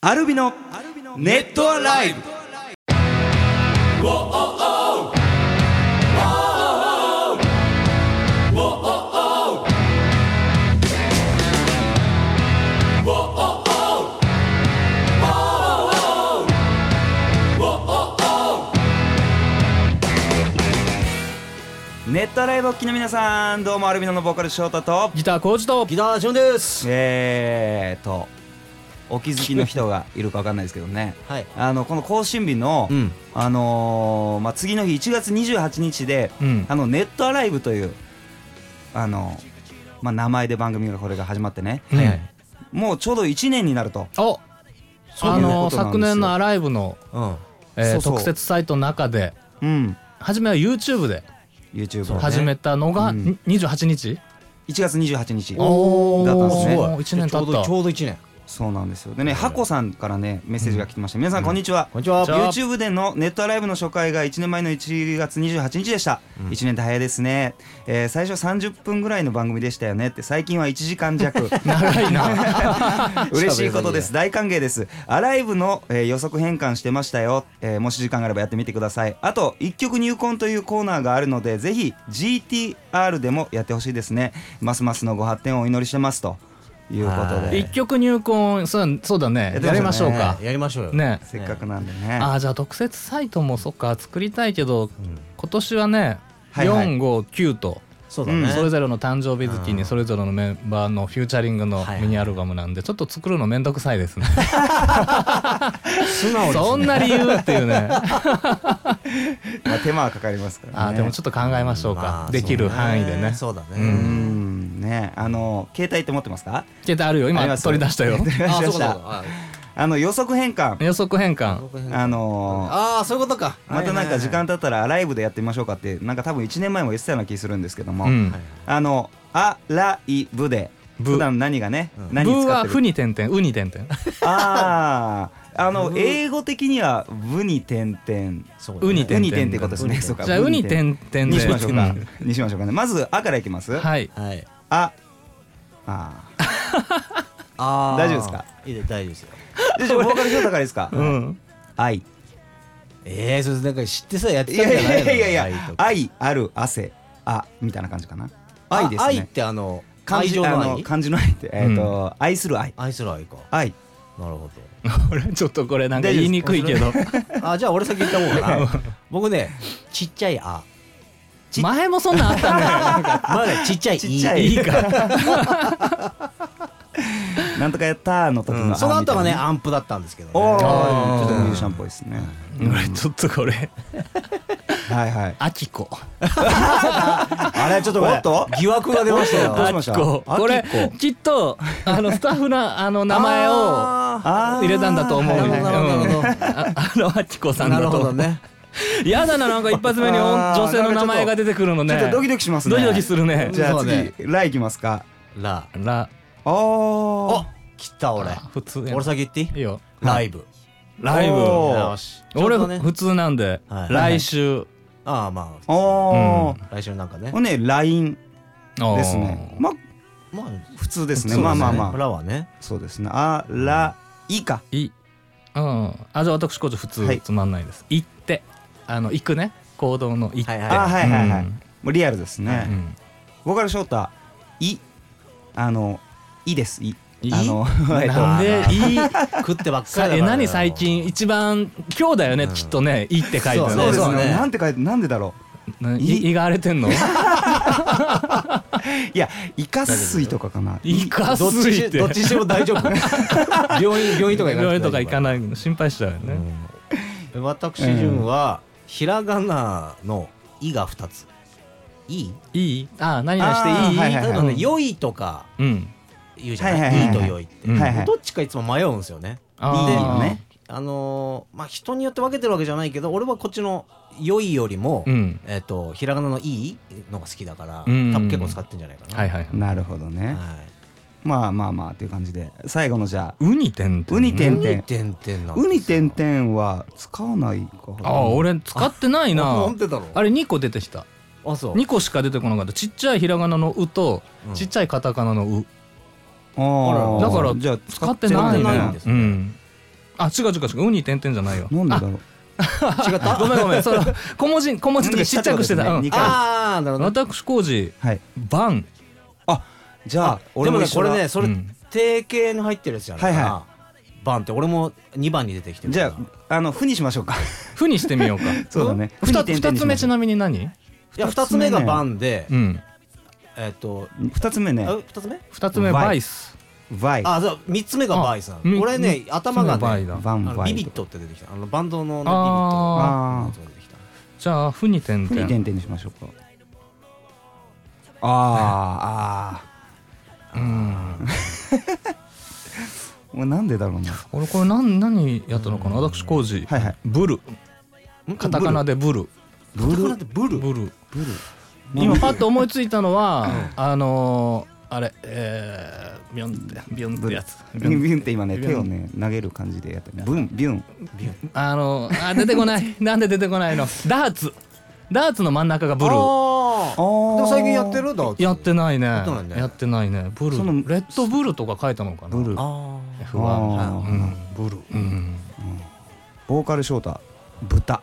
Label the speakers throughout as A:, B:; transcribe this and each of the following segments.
A: アルビのネットアライブネットアライブお聞きの皆さんどうもアルビノのボーカル翔太と
B: ギターコーチと
C: ギタージョンです
A: えーとお気づきの人がいるかわかんないですけどね
C: はい
A: あのこの更新日の、
C: うん
A: あのーまあ、次の日1月28日で、
B: うん
A: あのネットアライブというあの、まあ、名前で番組がこれが始まってね、
B: うん
C: はいはい
A: もうちょうど1年になると
B: お
A: そう
B: あ
A: いうことなん
B: の
A: ですよ
B: 昨年の「アライブの」
C: うん
B: えー
A: そうそう
B: 特設サイトの中で
A: うん
B: 初めは YouTube で
A: YouTube を、ね、
B: 始めたのが、
A: うん
B: に28日
A: 1月28日
B: お
A: だったんですね
B: お1年
C: ちょう
B: 経っ
C: ど
B: た
C: ちょうど1年
A: そうなんですよでねハコさんからねメッセージが来てました、皆さんこんにちは、
C: こんにちは
B: じゃあ
A: YouTube でのネットアライブの初回が1年前の1月28日でした、1年って早いですね、えー最初30分ぐらいの番組でしたよねって最近は1時間 弱
B: 長いな
A: 嬉しいことです大歓迎ですアライブの、えー予測変換してましたよ、えーもし時間があればやってみてくださいあと一曲入魂というコーナーがあるのでぜひ GTR でもやってほしいですねますますのご発展をお祈りしてますということ
C: は
A: で
B: 一曲入魂そうそうだねやりましょうか
C: やりましょうよ
B: ね
A: せっかくなんでね
B: あーじゃあ特設サイトもそっか作りたいけど、今年はね
A: はいはい
B: 459と
C: そうだ
A: う
C: ね
A: ん
B: それぞれの誕生日月
C: う
B: に
C: ん
B: それぞれのメンバーのフューチャリングの
C: はいはい
B: ミニアルバムなんでちょっと作るのめんどくさいですね
C: 素直です
B: そんな理由っていうね
A: まあ手間はかかりますからね
B: あーでもちょっと考えましょう
C: ま
B: か
C: あ
B: できる範囲でね
C: そうだね
B: う
C: そうだ
A: うー
C: ね
A: んねあの携帯って持ってますか
B: 携帯あるよ
A: あり
B: 今
A: ます
B: 取り 出したよ
C: あ
A: し
C: そ
A: ま
C: う
A: し
C: だ
A: た
C: あ
A: あの予測変換
B: 予測変換
A: あのー
C: あーそういうことか
A: またなんか時
C: は
A: 間経ったらアライブでやってみましょうかってなんか多分1年前も言ってたような気するんですけども、
B: うん
A: あの「あらいぶ」で
B: ぶ
A: 普段何がね、
C: うん
A: 何
B: ブー
A: 使っ
B: は
A: て
B: 負
A: る
B: に点々うに点々
A: あああの
C: ぶ
A: 英語的には「ぶ」に点々
C: いそうだ
B: ウ
C: ね
A: 「
B: ニ
A: う
B: 点々
A: に点」ってことですね
C: ぶに点々
A: そうか
B: じゃあうに点々
A: に
B: で
A: しましょうか
B: ん
A: にしましょうかねまず「あ」からいきます、
B: はい
C: はい
A: ああ
C: あー
A: 大丈夫ですか
C: いいで大丈夫ですよ
A: ーじゃあボーカル評価からいいですか「
B: うん
A: 愛」
C: えーそれなんか知ってさやって
A: い
C: たん
A: や
C: じ
A: い
C: ゃないの
A: やいやいや
C: 愛とか
A: 愛ある汗あみたいな感じかな
C: あ
A: 愛です
C: 愛っ
A: ね
C: てあの
A: 漢
C: 愛
A: 字
C: 情
A: あ
C: の
A: の
C: 愛
A: 漢字の愛ってえっと愛する愛
C: 愛する愛か
A: 愛
C: なるほ
B: これちょっとこれなんか言いにくいけど
C: どあじゃあ俺先言った方がな 僕ねちっちゃいあ
B: 前もそんなんあったね
C: まだちっちゃい
A: ちっちゃい
B: いいか
A: なんとかやったーの時のあ
C: うんその後がね
A: みたいな
C: アンプだったんですけどね
A: おおち
B: あー
A: ょっとミュージシャンっぽいですね
B: 俺ちょっとこれ
A: はいはい
B: あきこ
C: あれちょっと
A: おっと
C: 疑惑が出ました
A: どう
C: よ
A: しました
B: これきっとあのスタッフ のあの名前を
A: あー
B: 入れたんだと思うね
C: なるほどなるほど
B: うんああのあきこさん
C: な
B: だ
C: るほど
B: と
C: ね
B: やだななんか一発目にお
A: あー
B: 女性の名前が出てくるの
A: ちょ
B: ね
A: っとドキドキしますね
B: ドキドキするね
A: じゃあ
C: そうね
A: 次ラいきますか
C: ラ
B: ラ
A: お
C: お来た俺
B: 普通やな
C: 俺先言っていい
B: いいよ
C: ライブ
B: ライブ
A: おー
C: よし
B: 俺
C: ちょうどね
B: 普通なんで
C: はい
B: 来週
C: ああま
A: おお
C: あ来週なんかね
A: ーね LINE
B: おー
A: ですねまあ
C: まあ
A: 普通です
C: そ
A: ね
C: う
A: まあまあまあ
C: ラはね
A: そうですねあらいいか
B: いうんあじゃあ私こそ普
A: は
B: 通
A: い
B: つまんないです行ってあの行くね行動の行っ
C: はい
B: て
C: はい
A: あーはいはいはい
B: うん
A: もうリアルですね
B: うん
A: ボーカル翔太いあのいですい
B: い
A: あの えっと
B: なんでいい
C: 食ってばっか
B: さ
C: りだ
B: え
C: から
B: 何最近一番今日だよね、
C: うん
B: きっとね「い」って書いてあ
C: そう
A: そうで
B: る
A: す
C: そう
A: ね
C: ね
A: なんて書いてなんでだろ
B: ね
A: い
B: い胃が荒れてんの
A: ういやイカ水とかかな
B: 胃かす
C: どっち
B: い
C: してどっちにしても大丈夫 病院病院とか行かなくて大丈夫
B: 病院とか行かないの心配しちゃうよね、
C: うん私潤はひらがなの「い」が2つ「いい
B: いいああ何々していい、
A: あーはいはい
C: 例え
A: はい
C: ば
B: う
C: ね「
B: ん
C: 良い」とか
B: うん
C: 言うじゃ
A: はい
C: な
A: はいはい
C: い「い
A: はい
C: い」と「良い」って
B: うん
A: はいはい
C: どっちかいつも迷うんですよね
B: あー
A: いいよね
C: あのーまあ人によって分けてるわけじゃないけど俺はこっちの「良い」よりも
B: うん
C: えっとひらがなの「いい」のが好きだから多
B: うん
C: 分結構使ってんじゃないかな
B: はいはい
A: なるほどね
C: はい
A: まあまあまあっていう感じで最後のじゃあ
B: ウニてん
A: ウニてん
C: ウニてんてんなんです
A: ウ
C: よ
A: ニてんてんは使わないか
B: ああ俺使ってないな
C: なんでだろう
B: あれ2個出てきた
C: あそう
B: 2個しか出てこなかったちっちゃいひらがなの「う」と
C: うん
B: ちっちゃいカタカナの「う
A: あー
C: あ
B: だから
A: じゃあ
B: 使ってない
C: 使って
B: ね
C: ないんです
B: うんあ違う違う違う「う」に点々じゃないよ
A: なんでだ
B: あ
A: ろう
C: 違った
B: ごめんごめんその小文字小文字とかちっちゃくしてた、
A: うん
B: う
A: 二
B: ん
A: 回
C: ああなるほど
B: 私工事
A: はい
B: バン
A: じゃあ
C: で
A: 俺
C: も
A: も
C: ね
A: 一
C: こ
A: 緒だ
C: れねそれ
B: うん
C: 定型に入ってるやつじゃないか
A: はい
C: な
A: は
C: バンって俺も2番に出てきてる
A: じゃああの「ふ」にしましょうか
B: 「ふ」にしてみようか
A: そうだね
B: ふた二つ目ち
A: の
B: なみに何
C: いや2つ目が
A: 二つ目ね
C: バンで
B: うん
C: えっと
A: 2つ目ね
C: あ二つ目
B: 二つ目
A: バイ
B: バイス
A: バイ
C: あそう3つ目がバイさん
B: あみ
C: 俺ね
B: み
C: 頭が
B: バ
C: ね
B: イだ
A: バ
C: あ
A: ン
C: の
A: バ
C: ビ
A: イ
C: ビットって出てきたあのバンドのねビ
A: ー
B: あ
C: ビットのやつが出てきた
B: じゃあ「ふ」に点
A: ふに
B: 々
A: 点々にしましょうか。あ
B: うん
A: ーあー、もうなんでだろうな。
B: 俺これ何何やったのかな私工事
A: はいはい。
B: ブル
C: ん
B: カタカナでブル
C: ブルカタカナってブル
B: ブル
A: ブル。
B: 今パッと思いついたのはあのーあれえービョンってビョンってやつ
A: ビ ュンビュンって今ね
B: ビュン
A: 手をね投げる感じでやってるブンビュン
B: あのあ出てこないなんで出てこないのダーツダーツの真ん中がブルー
C: あー
A: あー
C: でも最近やってるだ
B: やってないね
C: ってないね
B: やってないねブル
A: その
B: ーレッドブルとか書いたのかな
A: ブル
C: あー
B: F は
A: あー
B: うんブルーうん
A: ボーカルショータ豚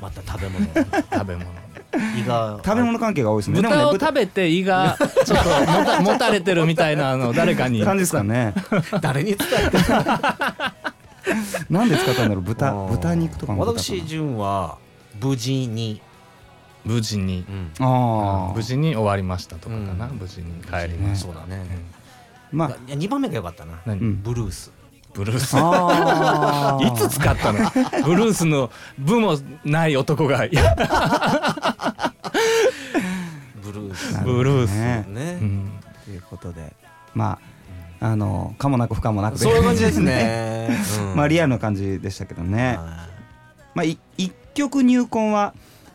C: また食べ物
B: 食べ物
C: 胃 が
A: 食べ物関係が多いですねでもね
B: 豚を食べて胃 がちょっともたもたれてるみたいなの誰かに
A: 感じですかね
C: 誰に伝えて
A: なんで使ったんだろう豚豚肉とかの豚かな
C: 私純は無事に、
B: 無事に
A: ああ
B: 無事に終わりましたとかかな
C: うん
B: 無事に帰りました
C: そうだね、
A: ま
C: いや2番目が良かったな
B: 何
A: うん
C: ブルース
B: ブルース
A: あ
B: いつ使ったのブルースの部もない男がいや
C: ブルース
A: なるほど
B: ブルース
A: ね
C: ね、
B: うん
A: ということでまああのかもなく不可もなく
C: そういう感じですね、
A: まあリ
C: ア
A: アルな感じでしたけどねまあ、い一曲入魂は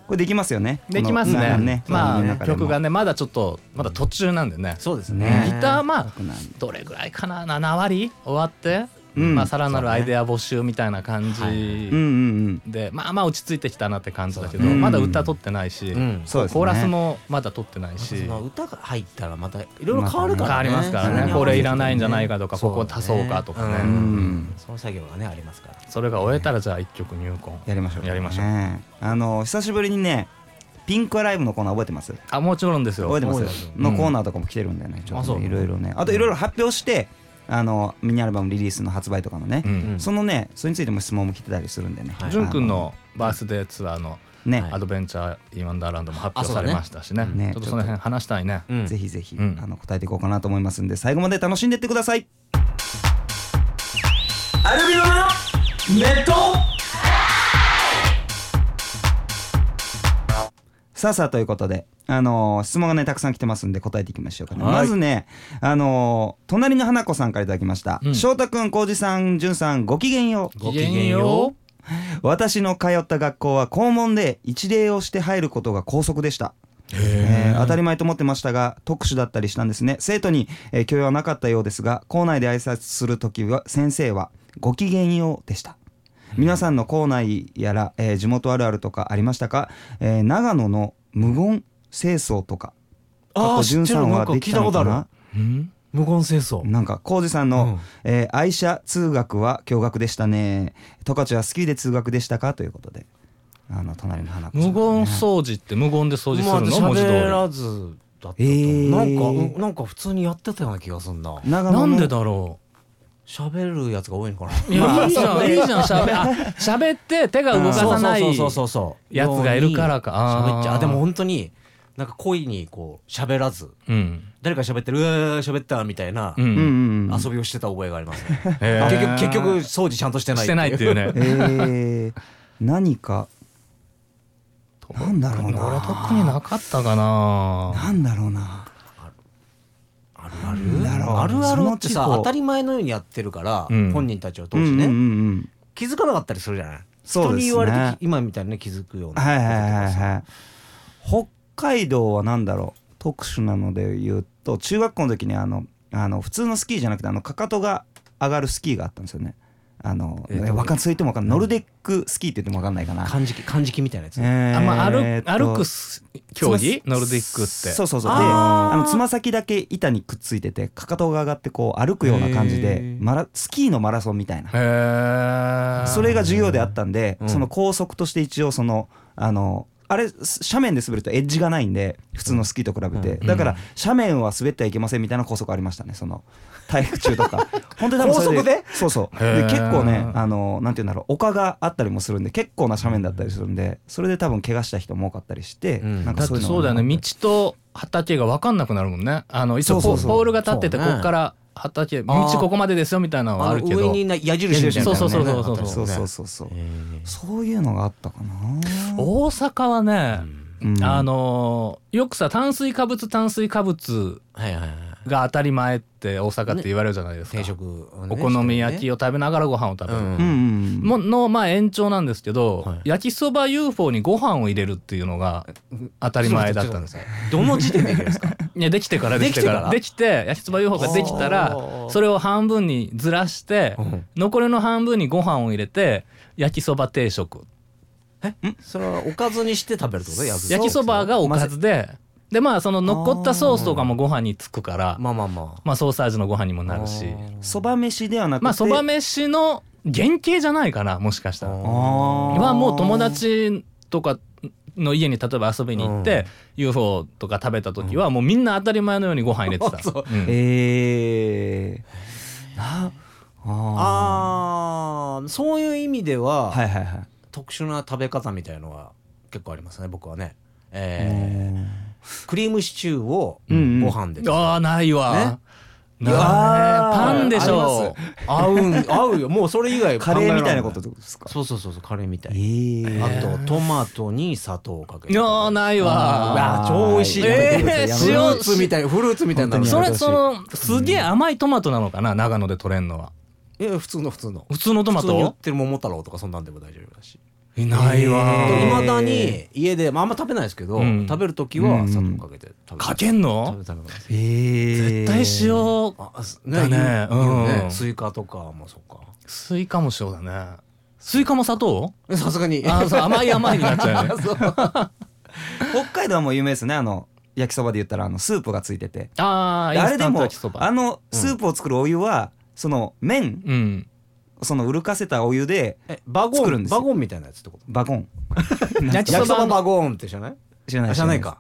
A: これできますよね。
B: できます
A: この
B: ね
A: な
B: ま
A: この
B: あ
A: 中でも
B: 曲がねまだちょっとまだ途中なんでね
C: そうです
A: ね
C: ね
B: ギターまあ
A: 楽なんで
B: どれぐらいかな7割終わって、
A: うん
B: まあさらなるアイデア募集みたいな感じ、
A: うんうん
B: でまあまあ落ち着いてきたなって感じだけど、
A: そうだね
B: まだ歌取ってないし、
C: うん
A: そうですね
B: コーラスもまだ取ってないし、
C: その歌が入ったらまたいろいろ変わる
B: 変
C: か
B: わ
C: ら
B: り
C: ね
B: ますから
A: そう
B: ね
A: ね
B: これいらないんじゃないかとか
C: そ
B: こ
C: うだね
B: こ足そうかとかね
A: う。
C: うん
A: うん
C: うんその作業がねありますから
B: それが終えたらじゃあ一曲入魂
A: やりましょう。
B: やりましょう
A: ねあの久しぶりにね、ピンクアライブのコーナー覚えてます。
B: あもちろんですよ
A: 覚えてま
C: 覚えて
A: す
C: ま。す
A: のコーナーとかも来てるんだよね。ちょっとね
C: あそう
A: いろいろね。あといろいろ発表して、あのミニアルバムリリースの発売とかのね
B: う。ん
A: そのね、それについても質問も来てたりするんでね。
C: はい
B: じゅんくんのバースデーツアーの
A: あのね、
C: はい
B: アドベンチャー・イン・ワンダーランドも発
C: あ
B: 表
C: そう
B: さ
C: だね
B: れましたしね
A: うんね
B: ちょっとその辺話したいね
C: うん
A: ぜひぜひ、
B: うん
A: あの答えていこうかなと思いますんで最後まで楽しんでってくださいアルビノのネットさあさあということで、あのー質問がねたくさん来てますんで答えていきましょうかね
B: はい
A: まずね、あのー隣の花子さんからいただきました、
B: うん
A: 翔太くん浩二さんじゅんさんごきげんよう
C: ごきげんよ
A: 私の通った学校は校門で一礼をして入ることが校則でした
B: う
A: え
B: へ
A: ー
B: ー
A: 当たり前と思ってましたが特殊だったりしたんですね生徒に、えー教養はなかったようですが校内で挨拶する時は先生は「ごきげんよう」でした皆さんの校内やら、えー地元あるあるとかありましたか、えー長野の無言清掃とか
C: あ
A: 過
C: あ
A: 去
C: 知
A: 潤
C: って
A: さ
C: る
A: ん
C: な
A: は
C: んか
A: で
C: 聞
A: き
C: い
A: た
C: た
A: の
C: こと
A: か
C: ある
A: な
B: うん
C: 無言清掃
A: なんか浩二さんの、
C: うん
A: えー愛車通学は驚愕でしたね十勝はスキーで通学でしたかということであの隣の花子さん
B: 無言
A: ね
B: 掃除って無言で掃除するの
C: まあ
B: 文字
C: 喋
B: 通
C: らずだったと思う、
A: えー
C: なんかうんなんか普通にやってたような気がすんな
A: 長
B: り
A: 野の
B: なんでだろ
C: 喋るやつが多いのかな
B: ういやいいじゃんいいじゃんしゃべって手が動かさない
C: そうそうそうそう
B: やつがいるからかあー
C: 喋っちゃうあでも本当になんか恋にこう喋らず
B: うん
C: 誰か喋ってるうわー喋ったみたいな
B: うん
A: うんうんうん
C: 遊びをしてた覚えがありますね、
B: へー
C: 結局結局掃除ちゃんとしてない
B: してないっていうね
A: えー、何か なんだろう
B: 俺
A: な
B: 特になかったかな
A: なんだろうな
C: あるある
A: だろう
C: あるあ
A: そ
C: るって
A: の
C: さ
A: 地方
C: 当たり前のようにやってるから、
B: うん
C: 本人たちは当
A: う
C: 時
A: ん
C: ね、
A: うんうんうん
C: 気づかなかったりするじゃない
A: そうですね
C: 人に言われてき今みたいにね気づくような
A: はいはい
C: こと
A: はい
C: とかさ
A: はい北海道は何だろう特殊なので言うと中学校の時にあのあの普通のスキーじゃなくてあのかかとが上がるスキーがあったんですよねあの、
C: えっと
A: えわかんそう言ってもわかんないノルディックスキーって言ってもわかんないかな、
C: 漢字記漢字記みたいなやつ、
A: えー
B: あまあ歩
A: えー
B: く
A: っと
B: 歩くす競技
A: つま
B: ノルディックって
A: そうそうそうで
C: あー
A: あのつま先だけ板にくっついててかかとが上がってこう歩くような感じ
C: へ
A: で
C: ー
A: マラスキーのマラソンみたいな
B: へえ
A: それが授業であったんで、
C: うん
A: その高速として一応そのあのあれす斜面で滑るとエッジがないんで普通のスキーと比べて、
C: うん
A: だか
B: うん
A: ら斜面は滑ってはいけませんみたいな高速ありましたねその体育中と か本当に多分それ
C: 高速で
A: そうそう
B: へ
A: で
B: ー
A: 結構ねあのなんて言うんだろう丘があったりもするんで結構な斜面だったりするんでそれで多分怪我した人も多かったりして、
C: うん
A: なん
B: だ
A: か
B: っ
A: そう
B: て
A: いうの
B: そうだよね
A: も
B: 道と畑が分かんなくなるもんねあのいつも
A: そ
B: ポ
A: うそうそう
B: ールが立ってて
C: そ
B: こ
C: うね
B: こから畑
C: あ
B: 道
C: ー
B: ここまでですよみたいなのはあ
C: あ
B: る
C: の
B: け
C: 上
B: ど
C: にな矢印みたいなのね
B: そうそうそうそう
A: あったりそうそう
C: う
A: そうそう
C: え
A: そういうのがあったかな
B: 大阪は
C: ー
B: ね
A: うん
B: あのーよくさ炭水化物炭水化物
C: はいはいはい
B: が当たり前って大阪って言われるじゃないですか
C: 定食をね
B: お好み焼き
C: を
B: を食べながらご飯を食べる
A: うんうんうん
B: ものまあ延長なんですけど、
C: はい
B: 焼きそば UFO にご飯を入れるっていうのが当たり前だったんですよ。
C: どの時点でですか
B: いやできてからできてから
C: で
B: できて焼きそば UFO ができたら
C: おー
B: それを半分にずらして
C: ん
B: 残りの半分にご飯を入れて焼きそば定食
C: それはおかずにして食べるってこと焼
B: 焼きそばがおかずででまあその残ったソースとかもご飯につくから
C: まあまあまあ
B: まあソーサージのご飯にもなるし
A: そば飯ではなくて
B: まあそば飯の原型じゃないかなもしかしたら。
A: あー
B: はもう友達とかの家に例えば遊びに行って、UFO とか食べた時はもうみんな当たり前のようにご飯入れてた、
C: そう
B: うん
A: えー、なあ
C: あーそういう意味で
A: あ
C: は、
A: はいはいはい、
C: 特殊な食べ方みたいのは結構ありますね僕はね、え
A: え
C: ー、クリームシチューを
A: う
C: ご
A: んうん
C: 飯で、
B: ああないわ、
A: ね
B: ない
A: いやー
B: パンでしょ
C: 合うん合うよもうそれ以外
A: ー、カレーみたいなことっ
C: 考
A: てことですか
C: えられないそうそうそうそうカレーみた
A: え
C: い、
A: ー、
C: あとトマトに砂糖をかけ
B: い
C: て
B: やーないわ
C: あー超美味しい、
B: えー
C: フルー
B: 塩
C: ツみたいフルーツみたいなの
B: そ
A: 本当
B: れ
A: に
B: そのすげえ甘いトマトなのかな長野で取れんのはい
C: や普通の普通の
B: 普通のトマ
C: 普通に売っ
B: ト
C: てる桃太郎とかそんなんでも大丈夫だし
B: いないわ
A: え
C: い
A: ー
C: まだに家で、まあ、あんま食べないですけど、
B: うん
C: 食べる時
A: う
C: は
A: ん
C: 砂糖かけて食べて
B: かけん
C: 食
B: の
C: べ食べます
A: えー、
B: 絶対塩
C: あす
B: だ
C: ね
B: ね
C: 言う言うね
B: うん
C: スイカとかもそうか
B: スイカも塩だねスイカも砂糖
C: えさすがに
B: あー そう甘い甘いになっちゃうね
A: 北海道はもう有名ですねあの焼きそばで言ったらあのスープがついてて
B: ああ、
A: で
B: イン
A: あ
B: ス
A: れ
B: タ
A: で
B: ント
A: も
B: 焼きそば。
A: あのスープを作るお湯は、その麺
B: うん。
A: そのうるかせたお湯で
C: えバゴ
A: 作る
C: ン
A: んですよ
C: バゴンみたいなやつってこと
A: バ コン
B: 焼きそば
C: 焼きそばバゴンって知らない
A: 知らない
C: あ知らないか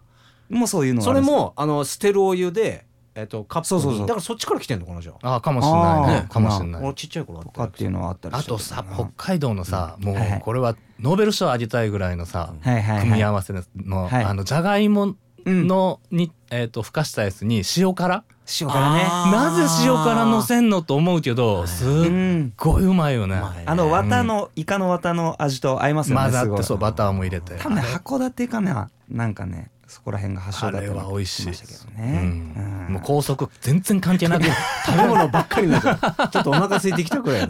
A: もうそういうのが
C: そ
A: あ
C: れ
A: るんです
C: もあの捨てるお湯でえっとカップに
A: そうそうそう
C: だからそっちから来てんのかなじゃあ
B: ああ、かもしれない
A: あ
B: ね。
A: ー
B: かもしれな
C: 俺
B: い。
C: ちっちゃい頃あっ
A: と
C: た
A: かっていうのはあったり
B: あ
A: したけど
B: と
A: な
B: さ、北海道のさ、もう
A: はいはい
B: これはノーベル賞あげたいぐらいのさ、
A: はいはいはい
B: 組み合わせの、
A: はい
B: あの、じゃがいも
A: うん
B: のに、えっと、ふかしたやつに塩辛
A: 塩辛ね
C: あー
B: なぜ塩辛のせんのと思うけど、すっ
A: うん
B: ごいうまいよね。
C: まいね
A: あの綿の、イカの綿の味と合いますよね
B: 混ざ
A: す
B: っ
A: ご
B: て、
A: い
B: そう、バターも入れて。
A: 多分ね函館かななんかねそこら辺が発祥だった
B: あれは美味しい
A: ましたけど
B: う
A: ね、
B: ん
A: うん
B: もう高速全然関係なく。
C: 食べ物ばっかりになっちゃうちょっとお腹空いてきたくらいの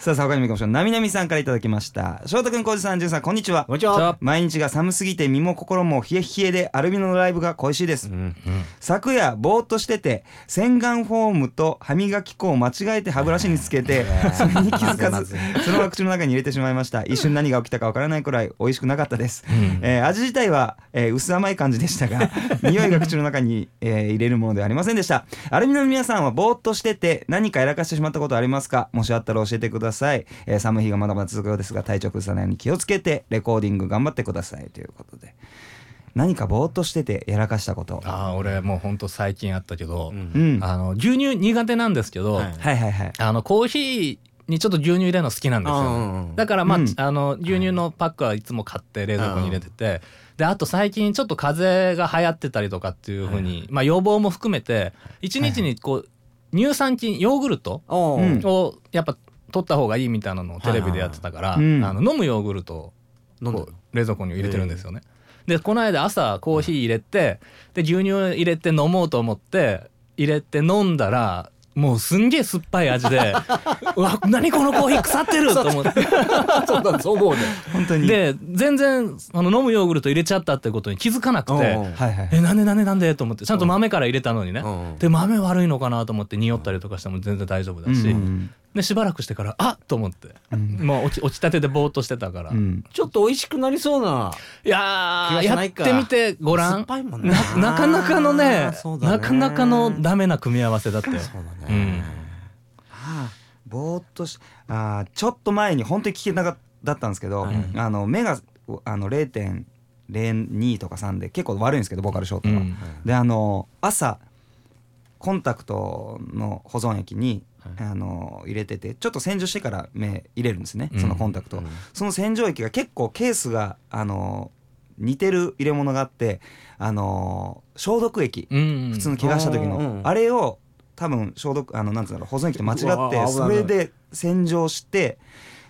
A: さあさあ他にもいきましょうなみなみさんからいただきました翔太くん浩二さんじゅんさんこんにちは
C: こんにちは
A: 毎日が寒すぎて身も心も冷え冷えでアルミノのライブが恋しいです、
C: うん
A: 昨夜ぼーっとしてて洗顔フォームと歯磨き粉を間違えて歯ブラシにつけてそれに気づか
C: ま
A: ず
C: ずい ま
A: そのまま口の中に入れてしまいました一瞬何が起きたかわからないくらい美味しくなかったです、
B: うん
A: えー味自体は、えー薄甘い感じでした が匂いが口の中に、えー入れるものではありませんでしたアルミの皆さんはぼーっとしてて何かやらかしてしまったことありますかもしあったら教えてください、えー寒い日がまだまだ続くようですが体調崩さないように気をつけてレコーディング頑張ってくださいということで何かぼーっとしててやらかしたこと
B: ああ、俺もうほんと最近あったけど、
A: う
C: うん
A: ん
B: あの、牛乳苦手なんですけど、
C: はい
A: はいはいはい
B: あのコーヒーにちょっと牛乳入れるの好きなんです
C: あーう
B: よ。
C: んうん
B: だからまあ、
A: うん
B: あの牛乳のパックはいつも買って冷蔵庫に入れてて、であと最近ちょっと風邪が流行ってたりとかっていうふうに、まあ予防も含めて一日にこう乳酸菌ヨーグルト
C: おう
A: うん
B: をやっぱ取った方がいいみたいなのをテレビでやってたから、
A: はいはいはい
B: あの飲むヨーグルトを
C: 飲 んでん
B: こう
C: の
B: 冷蔵庫に入れてるんですよね。でこの間朝コーヒー入れてで牛乳入れて飲もうと思って入れて飲んだらもうすんげえ酸っぱい味 でうわ何このコーヒー腐ってると思って
C: そうだそう思うね
A: 本当に
B: で全然あの飲むヨーグルト入れちゃったってことに気づかなく
C: うんう
B: て
C: ん
A: はいはい
B: えなんでなんでなんでと思ってちゃんと豆から入れたのにね
C: うんうん
B: で豆悪いのかなと思って匂ったりとかしても全然大丈夫だし
A: うんうん
B: でしばらくしてからあっと思って、
A: うん
B: もう落ち落ちたてでぼーっとしてたから、
A: うん
C: ちょっと美味しくなりそうな。
B: いや
C: 気
B: ー
C: がし
B: や
C: ない
B: っ
C: か
B: てみてごら
C: 酸っ
B: ん
C: ぱいもんね
B: ななかなかのね
C: そうだね
B: なかなかのダメな組み合わせだって
C: そうだね。
B: うん
A: はあ、ぼーっとしあーちょっと前に本当に聞けなかだったんですけど、
C: はい
A: あの目があの0.02とか3で結構悪いんですけどボーカルショート
B: う
A: が。
B: ん
A: であの朝コンタクトの保存液に、あの入れててちょっと洗浄してから目入れるんですね、
B: うん
A: そのコンタクトを、その洗浄液が結構ケースがあの似てる入れ物があってあの消毒液、
B: うん
A: 普通の怪我した時
C: うん
A: の
C: うん
A: あれを多分消毒あのなんつうんだろう保存液と間
C: う
A: 違っ
C: わ危な
A: て
C: い
A: それで洗浄して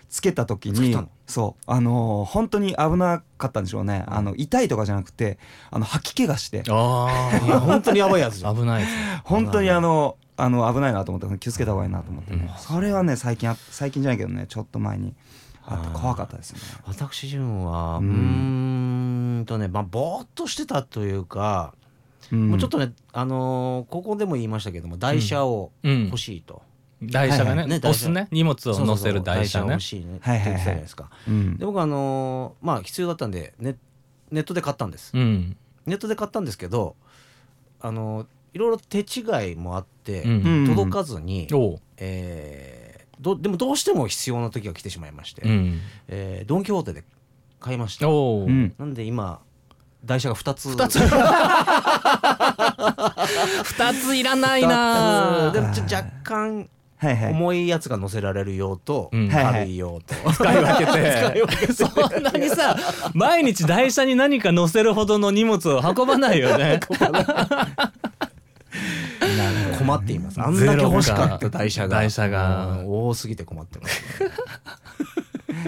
A: つけた時
C: つけ
A: に
C: たの
A: そうあのー本当に危なかったんでしょうね
C: うん
A: あの痛いとかじゃなくてあの吐き気がして
B: あ
C: いや本当にやばいやつじゃ
B: あ
C: ん。
B: 危ないですね
A: 本当にあのあの危ないなと思って気をつけた方がいいなと思ってね
B: うん
A: それはね最近あ最近じゃないけどねちょっと前にあって
C: あー
A: 怖かったですね
C: 私自分は、う
A: う
C: ー
A: ん
C: んとね、まあ、ぼーっとしてたというか、もうちょっ
A: と
C: とね、あのーここでも言いましたけども、台車を
B: うん
C: 欲しいと。
B: 台車が
A: はい
C: はいね
B: ね
C: 台車
B: 押すね荷物を乗せる台車
C: そうそうそ
B: ね
C: う台車欲しいねって
A: はい
C: 言っ
A: はいは
C: て
A: い
C: たじゃないですか。で、僕あのーまあ必要だったんでネネットで買ったんです、
B: うん
C: ネットで買ったんですけどあのーいろいろ手違いもあって、
B: うん
A: うん
C: 届かずに、
B: おう
C: えーどでもどうしても必要な時が来てしまいまして、
B: うん
C: えードン・キホーテで買いました
B: おう
A: うん
C: なんで今台車が2つ
B: 二つ二ついらない
C: 二
B: な
C: つでもちょ若干
A: はいはい
C: 重いやつが乗せられる用と
B: うん
C: 軽い用と、
B: 使い分け
C: 使い分
B: てそんなにさ毎日台車に何か乗せるほどの荷物を運ばないよ ね
C: 困っています。あん
B: ゼロ
C: だ
B: か
C: け欲しかった台車が。
B: 台車が
C: うん多すぎて困ってます。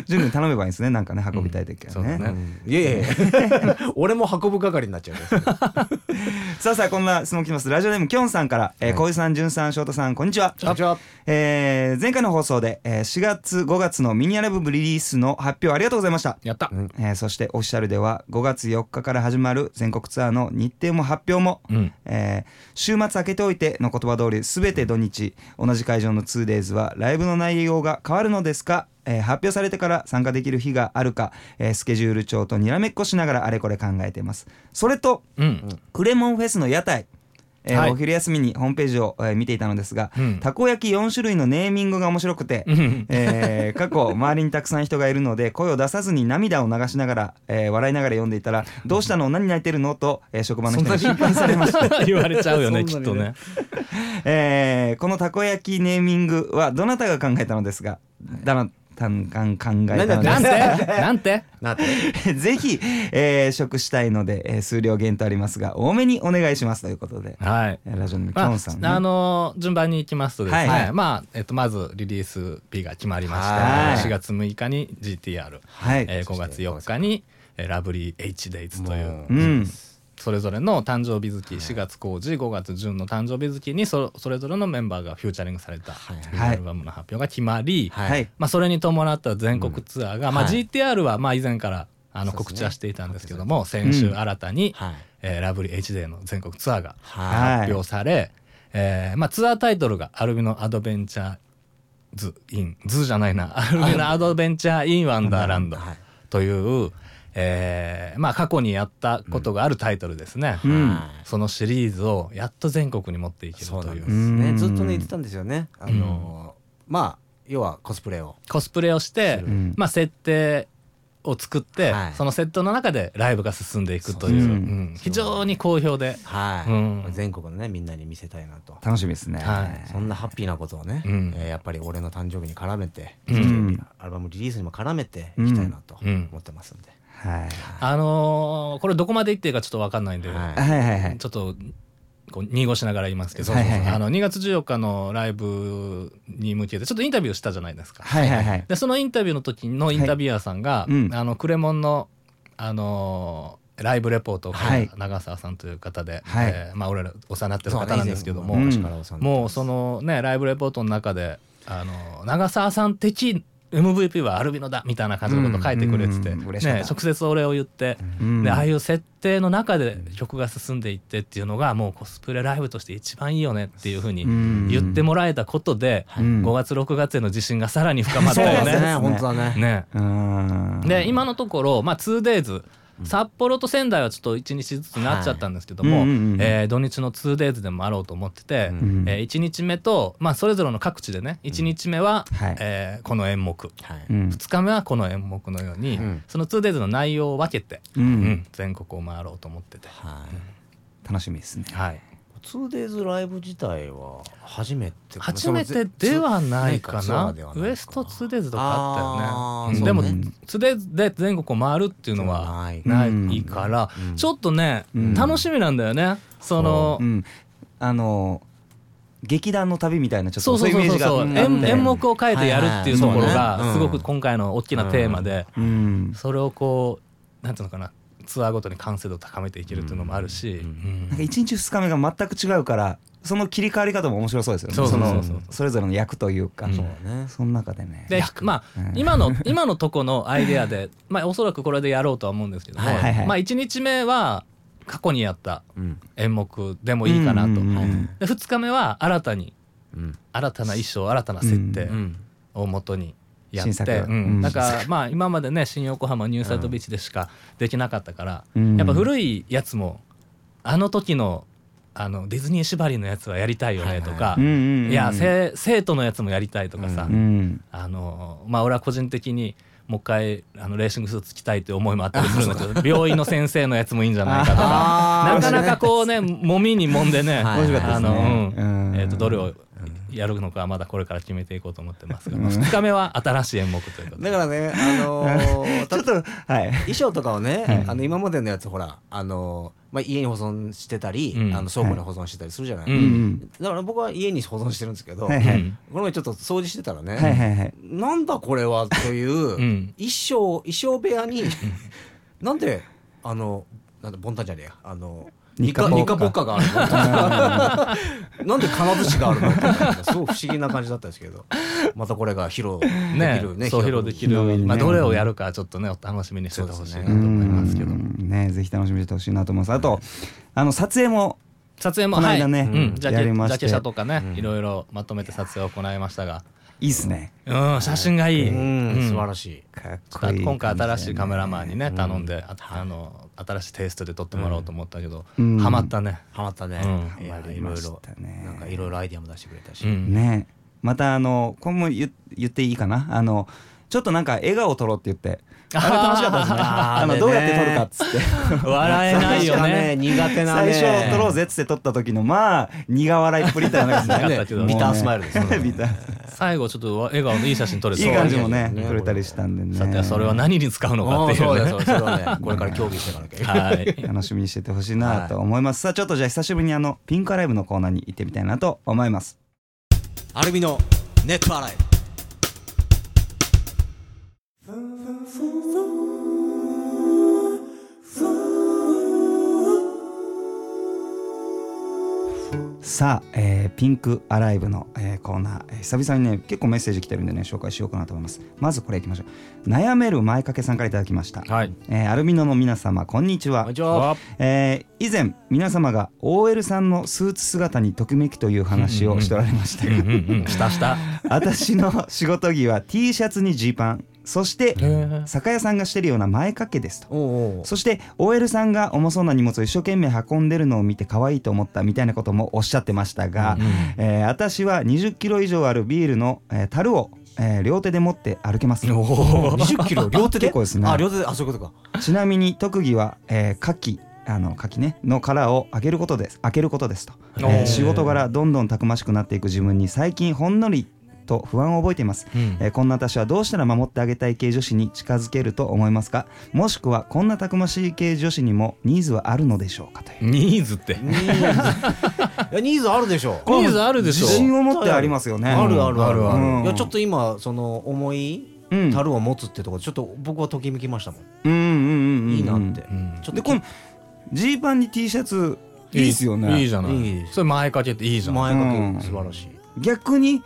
A: 順に頼めばいいんですねなんかね運びたい時
B: そ
A: は
B: うだ
A: ね
B: ね
C: うんいやいやいや俺も運ぶ係になっちゃ うから。
A: さあさあこんな質問来てますラジオネームきょんさんから、えー、小井さんじゅんさん翔太さんこんにちは
C: こんにちは
A: えー前回の放送で、えー4月5月のミニアルバムリリースの発表ありがとうございました、
B: やった
C: うん
A: えーそしてオフィシャルでは5月4日から始まる全国ツアーの日程も発表も、
B: うん
A: えー週末開けておいての言葉通り全て土日同じ会場の 2days はライブの内容が変わるのですか、えー発表されてから参加できる日があるか、えースケジュール帳とにらめっこしながらあれこれ考えていますそれと
B: うん
A: クレモンフェスの屋台、えー
B: はい
A: お昼休みにホームページを、えー見ていたのですが、
B: うん
A: たこ焼き4種類のネーミングが面白くて、
B: うん
A: えー過去周りにたくさん人がいるので声を出さずに涙を流しながら、えー笑いながら読んでいたら「どうしたの何泣いてるの?」と、えー職場の人に心配されました、
B: 言われちゃうよねき
C: そ
B: っ
C: んな
B: と
C: にね
B: ね
A: えーこのたこ焼きネーミングはどなたが考えたのですがだなたんかん考えたので
B: なんてなんて
C: なって。
A: ぜひ、えー食したいので、えー数量限定ありますが多めにお願いしますということで、
B: はい
A: えーラジオのキョ
B: ま
A: ンさん、ね
B: あ、あのー順番に行きますとですね、
A: はいはい
B: まあ、えっと、まずリリース日が決まりまして、
A: はい
B: 4月6日に GTR、
A: はい、
B: えー5月4日にえーラブリー H デイズとい
C: も
B: う
A: う
C: う。
A: ん
B: それぞれの誕生日月4月工事5月順の誕生日月にそそれぞれのメンバーがフューチャリングされた
C: はいはい
B: アルバムの発表が決まり、
A: はい、
B: まあ、それに伴った全国ツアーが、
C: うん
B: まあ、
C: はい
B: GTR はまあ以前からあの
C: そうですね
B: 告知はしていたんですけども、先週
A: うん
B: 新たに、
C: はい。
B: えーラブリー H デイの全国ツアーが
A: はい
B: 発表され、えーまあ、ツアータイトルが「アルビノ・アドベンチャーズ・イン」「ズ」じゃないな「アルビノ・アドベンチャー・イン・ワンダーランド
C: はい」
B: という、えーまあ、過去にやったことがあるタイトルですね、
A: うん
C: はい
B: そのシリーズをやっと全国に持っていける
C: そうな
B: と
C: ん
B: い
C: で
B: う
C: す
A: う
C: ね。
A: ん
C: ずっとね言ってたんですよね。あのーまあ要はコスプレを。
B: コスプレをして、
A: うん
B: まあ、設定を作って、
C: はい
B: そのセットの中でライブが進んでいくという
A: そうそう
B: うん非常に好評で、
C: は
B: うん
C: い。全国のねみんなに見せたいなと。
A: 楽しみですね。
B: はい
C: そんなハッピーなことをね、
B: うん
C: えーやっぱり俺の誕生日に絡めて、
A: うん
C: アルバムリリースにも絡めていきたいなと
B: うん
C: 思ってますんで、
A: はい。
B: あのーこれどこまでいっていいかちょっと分かんないんで、
C: はい
A: はいはいはい。
B: ちょっとこう濁しながら言いますけど、
A: はいはいはい
B: あの2月14日のライブに向けてちょっとインタビューしたじゃないですか。
A: はいはいはい。
B: でそのインタビューの時のインタビュアーさんが、
A: いうん
B: あのクレモンの、あのーライブレポートを書いた
A: はい
B: 長澤さんという方で、
A: はい
B: えーまあ、俺らお世話になってる方なんですけども、
A: そうね以前
C: 昔からお世話になってます
B: もうそのねライブレポートの中で、あのー長澤さん的 MVP はアルビノだみたいな感じのこと書いてくれてて、
A: うんうん嬉しかった
B: ね、直接お礼を言って、
A: うん
B: でああいう設定の中で曲が進んでいってっていうのがもうコスプレライブとして一番いいよねっていうふうに
A: うん
B: 言ってもらえたことで、
A: うん
B: 5月6月への自信がさらに深まったよ
A: そうです
B: ね。
A: ね
C: 本当だね。
B: ね
A: うん
B: で今のところ、まあ、2days 札幌と仙台はちょっと1日ずつになっちゃったんですけど
A: は
B: も、
A: いうんうんうん
B: えー土日の 2days でもあろうと思ってて、
A: ん
B: え1日目と、まあ、それぞれの各地でね1日目は、
A: はい
B: えーこの演目、
C: は
A: う
C: い。
A: ん
B: 2日目はこの演目のように、
C: うん
B: その 2days の内容を分けて、
A: うん
B: うん全国を回ろうと思ってて、
C: はい。
A: 楽しみですね
B: はい、
C: 2days ライブ自体は初めてかな
B: 初めてではないか
C: その
B: な
C: ぜツアーではないかな
B: ウエスト 2days とかあ
A: あー
B: ったよね、うん
A: そうね
B: でも 2days で全国を回るっていうのは
C: ない
B: な
A: うん
B: いから、
C: うん
B: ちょっとね、
A: うん
B: 楽しみなんだよねその
A: うんあの劇団の旅みたいなちょっ
B: そ
A: と
B: うそ
A: そう
B: う
A: いうイ
B: そう
A: メー
B: そ
A: ジがあ
B: うそう
A: って
B: 演演目を変えてやるっていうところ
C: はいはいはいそう
B: が
C: ね
B: すごく今回の大きなテーマで、
A: うん
B: それをこうなんていうのかなツアーごとに完成度を高めていけるっていうのもあるし、
C: うん
A: なんか1日2日目が全く違うからその切り替わり方も面白そうですよね
B: そう
C: そうそう
A: のそれぞれの役というか、
B: うん
C: そうだね
A: その中でね
B: でまあ、
A: うん
B: 今の今のとこのアイデアで、 まあ、おそらくこれでやろうとは思うんですけども、
A: はいはいはい
B: まあ、1日目は過去にやった
C: うん
B: 演目でもいいかなと、
A: うんうん
C: はいはい
B: で2日目は新たに
C: うん
B: 新たな衣装新たな設定、
C: うん
B: を元にやっ
A: 新
B: て、
A: 作
B: う
A: うん
B: ん、だからまあ今までね新横浜ニューサイドビーチでしかできなかったから、
A: うん
B: やっぱ古いやつもあの時のあのディズニー縛りのやつはやりたいよねとか、
A: うん
B: い
A: うんうん
B: や生生徒のやつもやりたいとかさ、
A: うん
B: あのまあ俺は個人的にもう一回あのレーシングスーツ着たいって思いもあったりするんだけ ど病院の先生のやつもいいんじゃないかとか。
C: あ
B: な
C: ー
B: かなかこうね揉みに揉んでね
C: はい面白かった
B: あ
C: ですね
B: のうん
A: うん
B: えーとどれをやるのかはまだこれから決めていこうと思ってますが、まあ、2日目は新しい演目ということで
C: だからねあ のー
A: ちょっとはい
C: 衣装とかをね、
A: はい
C: あの今までのやつほらあの、まあ、家に保存してたり、
B: うん
C: あの倉庫に保存してたりするじゃない、
B: うん
C: だから僕は家に保存してるんですけど、
A: はい
B: うん
C: この前ちょっと掃除してたらね、
A: はいはいはい
C: なんだこれはという、
B: ん
C: 衣装衣装部屋に なんであのなんだボンタンじゃねえやあの
A: ニ
C: ニ
A: カ
C: カ
A: ポッカ
C: ニカポッカがあるの なんで金槌があるのってすごく不思議な感じだったんですけどまたこれが披露で
B: ね
C: きるね
B: そう披露でき
A: 広い
B: る、
A: ね
B: まあ、どれをやるかちょっとねお楽しみにしててほしいなと
A: う
B: 思いますけど、
A: んねぜひ楽しみにしてほしいなと思いますあとあの撮影も
B: 撮影も
A: この間
B: はい
A: ね
B: うん、ジャ
A: や
B: ケ
A: り
B: ジ
A: まして
B: ャケ写とかね、
C: うん
B: いろいろまとめて撮影を行いましたが、
A: いいっすね
B: うん、写真がいい、
C: うん
B: うん
C: 素晴らしい
A: かっこいい
B: 今回新しいカメラマンにね
C: うん
B: 頼んで、ああの新しいテイストで撮ってもらおうと思ったけど、
A: うん
B: ハマったね、
C: ハマったね、
B: うん
C: いや
A: ハマ
C: い
A: り
C: ろ
A: ま
C: い
A: し
C: ろ
A: たね
C: なんかいろいろアイディアも出してくれたし、
B: うん
A: ねまたあのこれも言言っていいかなあのちょっとなんか笑顔撮ろうって言ってあれ楽しかったですね
C: あー
A: あの
C: ね
A: どうやって撮るかっつって
B: 笑えないよね
C: 確か苦手な
A: 最
C: ね
A: 初撮ろうぜっつって撮った時のまあ苦笑いっぷりみたいなのが
B: なか
A: ね
B: ったけど
A: もうね
C: ビタースマイルですよね
A: ビター
B: 最後ちょっと笑顔のいい写真撮れ
A: い
B: そう
A: い感じもね
C: そう
A: 撮れたりしたんでね
B: さてそれは何に使うのかっていう
C: そうだ
B: ね
C: そうだそれはねこれから協議していかなきゃいけない
B: はい
A: 楽しみにしててほしいなと思います、さあちょっとじゃあ久しぶりにあのピンクアライブのコーナーに行ってみたいなと思います
C: アルミのネット洗い
A: さあ、えーピンクアライブの、えーコーナー、えー久々にね結構メッセージ来てるんでね紹介しようかなと思いますまずこれいきましょう悩める前掛けさんからいただきました、
B: はい
A: えーアルミノの皆様こんにちは
C: こんにちは
A: えー以前皆様が OL さんのスーツ姿にときめきという話をしておられましたが、
B: うんうんしたした
A: 私の仕事着は T シャツにジーパンそして
B: ー
A: 酒屋さんがしてるような前掛けですと
C: おうおう
A: そして OL さんが重そうな荷物を一生懸命運んでるのを見て可愛いと思ったみたいなこともおっしゃってましたが、えー私は2 0キロ以上あるビールの、えー樽を、えー両手で持って歩けます
C: 20キロ両手で
A: 結構ですね
C: あ両手であそういうことか
A: ちなみに特技は、えー、牡蠣あの牡蠣ねの殻を開けることです開けることですと、えー
B: おー
A: 仕事柄どんどんたくましくなっていく自分に最近ほんのりと不安を覚えています、
B: うん
A: えーこんな私はどうしたら守ってあげたい系女子に近づけると思いますかもしくはこんなたくましい系女子にもニーズはあるのでしょうかという
B: ニーズって
C: ニーズ いやニーズあるでしょ
B: ニーズあるでしょ
A: 自信を持ってありますよね
C: あるあるあるある、
A: うん
C: いやちょっと今その重い
A: うん
C: 樽を持つってとこちょっと僕はときめきましたもん、
A: うんうんうんうんうん
C: いいなって、
B: ん
C: ちょっ
A: で
C: と
A: このジーパンに T シャツいいっすよね
B: いいじゃない
C: いい
B: それ前掛けっていいじゃん
C: 前掛
A: うん
C: け素晴らしい、
A: 逆に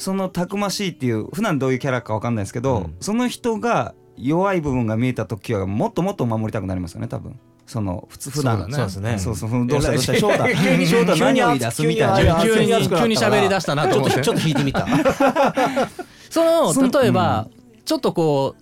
A: そのたくましいっていう普段どういうキャラかわかんないですけど、
C: うん
A: その人が弱い部分が見えた時はもっともっと守りたくなりますよね多分その普通普段
B: そうだねそうです
C: ね
A: そうそうどうしたどうした翔太
C: 急に
A: 翔太何を言い出すみたいな
B: 急に急に喋り出
C: し
B: したなと思って
C: ちょっと引いて みた
B: その
A: その
B: 例えば、ちょっとこ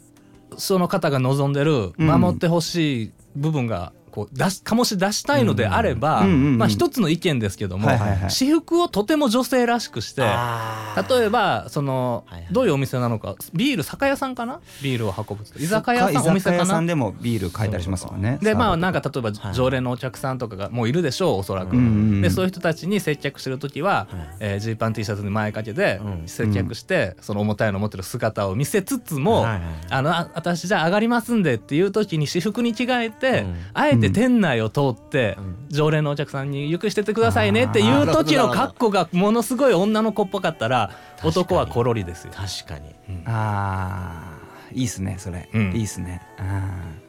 B: うその方が望んでる
A: うん
B: 守ってほしい部分がこう出し醸し出したいのであれば、
A: うんうんうんうん
B: まあ、一つの意見ですけども、
A: はいはいはい
B: 私服をとても女性らしくして
C: あー
B: 例えばその、
C: はいはい
B: どういうお店なのかビール酒屋さんかなビールを運ぶ居酒屋
A: 居
B: さんお
A: 酒
B: 店か
A: 屋さ
B: なん
A: でもビール買えたりしますもんね
B: でまあなん
A: か
B: か例えば
C: はい
B: 常連のお客さんとかがもういるでしょうおそらく、
C: うん
A: うんうん
B: でそういう人たちに接客してる時は
C: はい
B: えージ、ーパン T シャツに前掛けで
C: うん
B: 接客して、その重たいの持ってる姿を見せつつも、
C: はいはい
B: あのあ私じゃあ上がりますんでっていう時に私服に着替えて、
C: うん
B: あえて店内を通って、
C: うん
B: 常連のお客さんに「ゆくしてってくださいね」っていう時の格好がものすごい女の子っぽかったら
C: 確かに
B: 男はコロリですよ。
C: 確かに
A: あーいいっすねそれ、
B: うん
A: いいっすねうん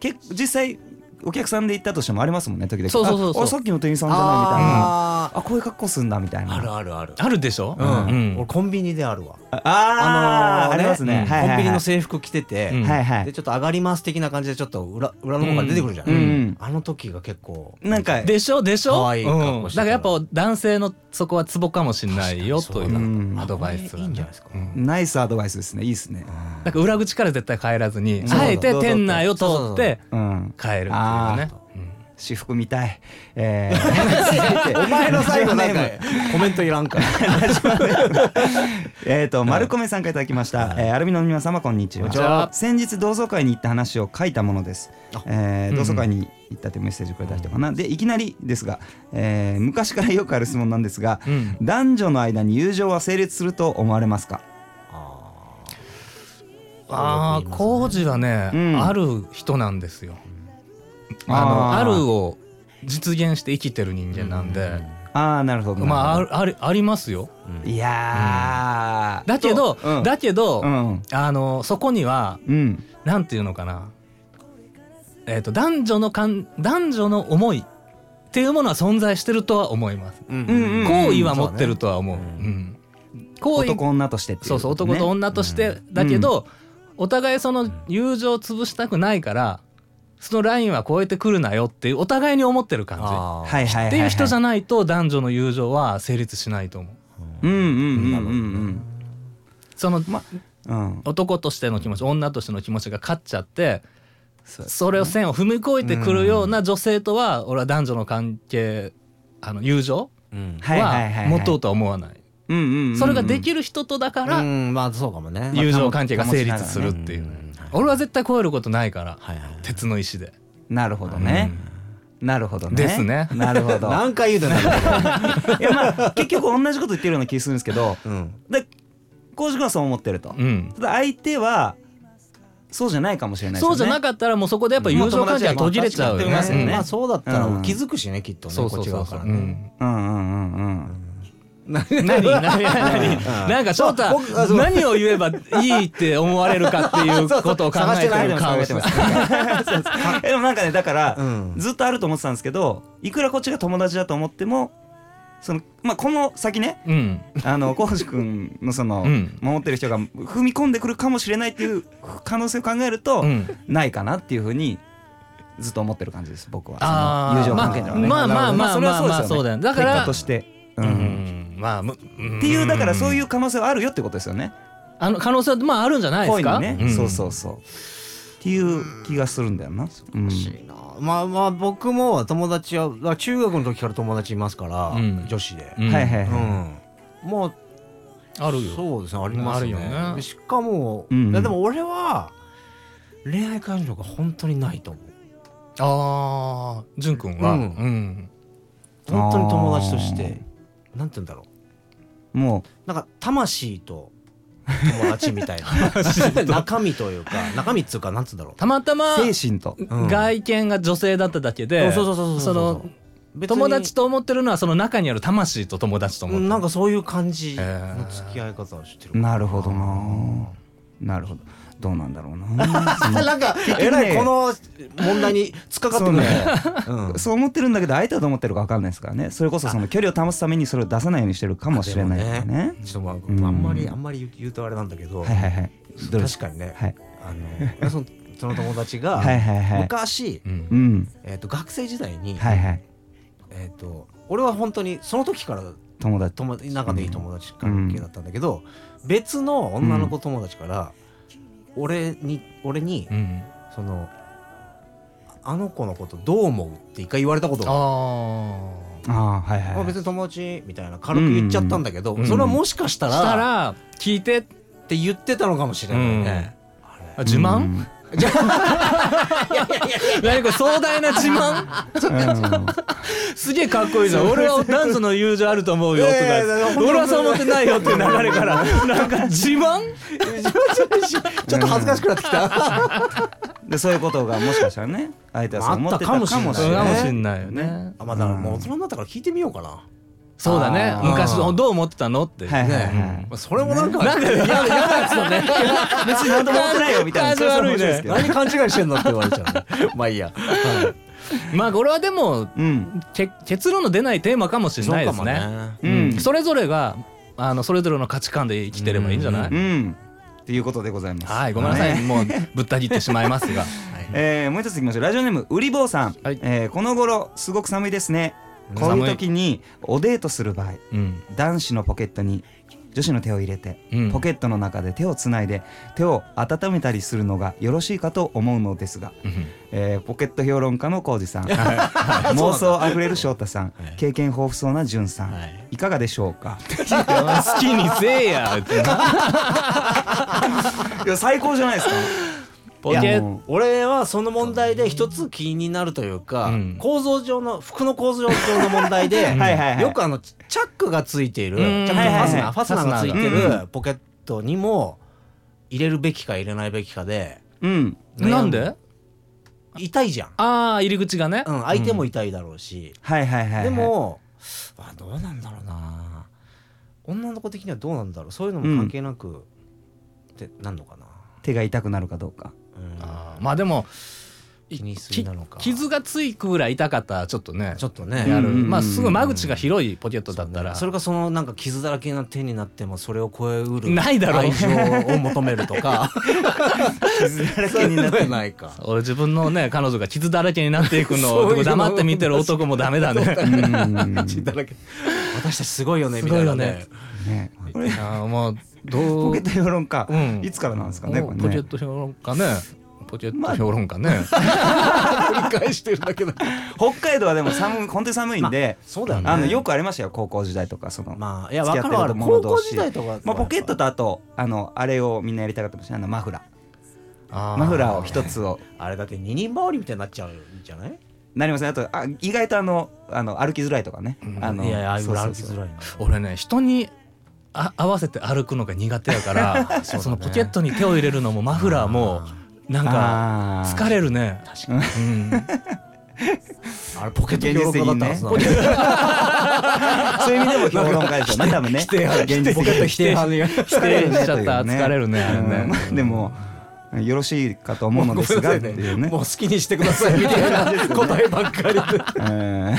A: 結構実際お客さんで行ったとしてもありますもんね時々
B: そうそうそうそう
A: ああさっきの店員さんじゃないみたいな
C: あ
A: あこういう格好すんだみたい
C: ー
A: な
C: あるあるある
B: あるでしょ、
C: うん
B: うん
C: 俺コンビニであるわ
A: ああー、ありますね、
B: うん
A: はいはい
C: コ
A: はい
C: ンビニの制服着てて、
B: うん
A: はいはい
C: でちょっと上がります的な感じでちょっと裏裏の方から出てくるじゃん、
A: うんうん
C: あの時が結構
A: なんか
B: でしょでしょ
C: 可愛い格
B: うん、
C: 好
B: だ
C: して
B: か
C: た
B: ら
C: ら
B: やっぱ男性のそこはツボかもしれないよと
C: 確
A: にそ
C: か
A: う
B: い
A: だ
B: うアドバイス
C: いいんじゃないですか、
B: うん
A: ナイスアドバイスですねいいですね
B: なんか裏口から絶対帰らずに
A: ん
B: あえて店内を通って
A: うん
B: 帰るっていう
A: あ
B: ね
A: ー私服見たいえー
C: お前の最後なんか
A: ラジオネーム
C: コメントいらんから
A: えっと丸米さんからいただきました、えーアルミの皆様こんにちは
B: こんにちは
A: 先日同窓会に行った話を書いたものです
C: あ、
A: えー
B: うん
A: 同窓会に行ったというメッセージをくれた人かな、でいきなりですが、えー昔からよくある質問なんですが、
B: うん
A: 男女の間に友情は成立すると思われますか
C: あー
B: ああ工事はね、
A: うん
B: ある人なんですよ
A: あー
B: あのあるを実現して生きてる人間なんで、
A: ああなるほど
B: まああ
A: なる
B: るあるありますよ
C: うん
A: ほどいやー、
B: だけど、
A: うん
B: だけど、
A: うん
B: あのそこには
A: うん
B: なんていうのかな、えー、と男女の感男女の思いっていうものは存在してるとは思います
C: うん
A: うんうん
B: 好意は持ってるとは思う、う
C: そうねうん
B: ん好意
A: 男女としてっていう、ね、
B: そうそう男と女としてだけど、お互いその友情を潰したくないからそのラインは越えてくるなよっていうお互いに思ってる感
C: あー
A: はいはいはいは
B: じ
A: い、
B: っていう人じゃ
A: ん
B: ないと男女の友情は成立しないと思う
A: うんうんうんうん
B: その、
A: うんうん
B: 男としての気持ち女としての気持ちが勝っちゃってそれを線を踏み越えてくるような女性とは俺は男女の関係あの友情
C: うん
A: はいはいはいは
B: はい持とうとは思わない
A: うんうんうん
B: それができる人とだか
C: う
B: ら
C: んまあそうかもね
B: 友情関係が成立するっていう
C: まあ保ちながらねうんはい
B: 俺は絶対超えることないから
C: はいはい
B: 鉄の石で。
A: なるほどね、なるほどね
B: ですね
A: なる ほど
C: 何回言うてんだろ
A: いやまあ結局同じこと言ってるような気するんですけど
C: ううん
A: で浩司君はそう思ってると、
B: うん
A: ただ相手はそうじゃないかもしれないですよね
B: そうじゃなかったらもうそこでやっぱ友情関係が途切れちゃうよ
A: まあ
B: ね
A: 確かに
B: う
A: ね
B: ん。
C: まあそうだったら
A: うん
C: 気づくしねきっとね
B: そ
C: こ
B: う
C: っ
B: そう
C: ち
B: そう
C: 側
B: そ
C: か
B: う。
C: ら
B: う
C: ね
B: ん
A: うんうんうんう ん
B: 何何何なんか翔太
C: 僕あそう
B: 何を言えばいいって思われるかっていうことを考えてる顔
A: 考え
B: して
A: ま
B: てますす。
A: そうそうえでもなんかねだから、
C: うん
A: ずっとあると思ってたんですけどいくらこっちが友達だと思ってもそのまあこの先ね
B: うん。
A: あ の浩司君のその、
B: うん
A: 守ってる人が踏み込んでくるかもしれないっていう可能性を考えると、
B: うん。
A: ないかなっていうふうにずっと思ってる感じです僕は
B: ああ。
A: その友情関係ではね、
B: まあまあま
A: なるほ
B: あ
A: ど
B: まあまあ
A: それ
B: そう
A: は
B: だよね。だ
A: そ
B: か
A: うですよね結果
B: ら
A: と。して、う
B: うんん。まあむ。っ
A: っていうだからそういうう可能性はあるよってことですよね
B: あの可能性はまああるんじゃないです
A: 恋
B: か。
A: にね、
B: ん
A: そうそうそうっていう気がするんだよな、うん
C: 難しいなまあまあ僕も友達はだから中学の時から友達いますから
B: うん
C: 女子で
B: うん
A: はいはい
C: うん
A: は
C: まあ
B: あるよ。
C: そうですねありますね,、
B: まああるよね
C: しかも、
A: うん
C: いやでも俺は恋愛感情が本当にないと思う
B: ああ。純くんは。
C: うん
B: うん。
C: 本当に友達としてなんて言うんだろう
A: い、も
C: なんか魂と友達みたい な中身というか中身っつうかなんつうんだろ
B: たまたま。
A: う精神と、
C: うん
B: 外見が女性だっただけ
C: う、
B: で
C: そうそうそうそ
B: そ
C: う
B: の
C: 別に
B: 友達と思ってるのはその中にある魂と友達と思ってる
C: なんかそういう感
B: へ
C: じ
B: ー
C: の付き合い方をしてる
A: なるほどななるほどどうなんだろうな その
C: なんかえらいこの問題に突っかかってるねうん
A: そう思ってるんだけど相手はどう思ってるか分かんないですからねそれこそその距離を保つためにそれを出さないようにしてるかもしれないから
C: でも
A: ね
C: ちょっとまあ、
A: ん
C: あんまりあんまり言うとあれなんだけど、
A: はいはいはいどうです
C: 確かにね、
A: はい
C: あのそのその友達が
A: はいはいはい
C: 昔、
B: うん
A: うん
C: えっと学生時代に、
A: はいはい
C: えっと俺は本当にその時から
A: 友達
C: 友達仲のいい友達関係だったんだけど、別の女の子友達から、俺に俺に、
B: うん
C: そのあの子のことどう思うって一回言われたことがあ
B: あ
A: ああはいはい
C: まあ、
A: はい
C: 別に友達みたいな軽く言っちゃったんだけど、
B: うん
C: それはもしかした
B: あ
C: ら
B: したら聞いて
C: って言ってたのかもしれないね。
B: あ自慢 何これ壮大な自慢
A: うん
B: すげえかっこいいじゃん俺は男女の友情あると思うよとか
C: いやいやいや本当に
B: 俺はそう思ってないよっていう流れ からなんか自慢
C: ちょっと恥ずかしくなってき た。
A: でそういうことがもしかしたらね相手はそう思ってたかもしれ
C: まああった
B: そうかもし
A: ない
B: んないよね
C: あまあだからもう大人になったから聞いてみようかな。
B: そうだね
A: あー
B: 昔どう思ってたのって
A: はいはい
C: ね
A: は
C: まあそれもなんか嫌な嫌なやつだね。
A: い別に何とも思ってないよみたいな
B: 感じ悪いね
A: それは面白ですけど
C: 何勘違いしてんのって言われちゃうね。 まあいいや。は
B: まあこれはでも
A: うん
B: け結論の出ないテーマかもし
C: い
B: れないですね。
A: う
B: うんんそれぞれがあのそれぞれの価値観で生きてればいいんじゃない、
A: うんっていうことでございます
B: はいごめんなさい、
A: ね
B: もうぶった切ってしまいますが
A: えーもう一ついきましょうラジオネームうりぼうさん、
B: はい
A: えーこの頃すごく寒いですね
B: ん
A: こういう時におデートする場合
B: うん
A: 男子のポケットに女子の手を入れて、
B: うん
A: ポケットの中で手をつないで手を温めたりするのがよろしいかと思うのですが、えーポケット評論家の浩二さん妄想あふれる翔太さん
C: はい
A: 経験豊富そうな潤さん、
C: はい
A: い、かがでしょうか
B: 好きにせえや
A: いや最高じゃないですか
B: ポケ
A: いや
B: ッ
A: もう
B: ト
C: 俺はその問題で一つ気になるというか、
B: うん
C: 構造上の服の構造上の問題で
A: はいはいはい
C: よくあのチャックがついているチ
B: うん
C: ャックのファス
A: はいはい
C: ナ
A: はい
C: ーファスナーがついて
A: ファスナー
C: るポケットにも入れるべきか入れないべきかで
A: うん
B: なんで
C: 痛いじゃん、
B: ああ入り口がね、
C: うん、相手も痛いだろうし、
A: はいはいはいはい
C: でも、あ、どうなんだろうな女の子的にはどうなんだろうそういうのも関係なく、ってなんのかな、
A: 手が痛くなるかどうか
C: うん
B: あーまあでも
C: 気にしすぎなのか
B: き傷がついくぐらい痛かったらちょっとね
C: ちょっとね
B: やる、
A: うんうんうん
B: まあすごい間口が広いポケットだったら、
C: それかそのなんか傷だらけな手になってもそれを超えうる
B: ないだろう
C: 愛情を求めるとか
A: 傷だらけになって
C: そういうのはないか
B: 俺自分のね彼女が傷だらけになっていくの
C: そういう
B: を
C: の
B: 黙って見てる男もダメだね
A: うん
C: 血だらけ私たちすごいよね
B: す
C: み
B: ご
C: た
B: い
C: い
B: よ
C: な
B: ね
C: ね
A: ねこれ
B: あーもうど
A: ポ
B: う
A: ケット評論家、
B: うん
A: いつからなんですかねこれね
B: ポケット評論家ねポケット評論家ね、
C: 繰り返してるだけだ
A: 北海道はでも寒い本当に寒いんで、
C: そうだよね
A: あのよくありましたよ高校時代とかその、まあ
C: まあいや分かるわかる
A: 付き合ってる
C: 高
A: と思う
C: 校時代とか
A: ポケットとあとあのあれをみんなやりたかったかもしれないあのマフラー
B: マ
A: マフラーを一つを
C: あれだって二人羽織みたいになっちゃうんじゃない
A: なりません、ね、あとあ意外とあのあの歩きづらいとかね、あの
C: いやいやああいう
A: そうそ
C: 歩
A: う
C: き
A: そう
C: づらいな
B: 俺ね人にあ合わせて歩くのが苦手やからそ,、のポケットに手を入れるのもマフラーもなんか
A: あー
B: 疲れるね
C: 確
B: かに、うん
C: あれポケット評論家だったはず なのに
A: そういう意味でも評論家ですよね多分 ね現実
C: ポ
A: 的
C: ケット否定派に
B: 否定しちゃっ
A: とい
B: た
A: うね
B: 疲れるねあれ
A: うん
B: ね
A: まあでもよろしいかと思うのですがっていう ね
C: もう好きにしてくださいみたいな答えばっかりで
A: えー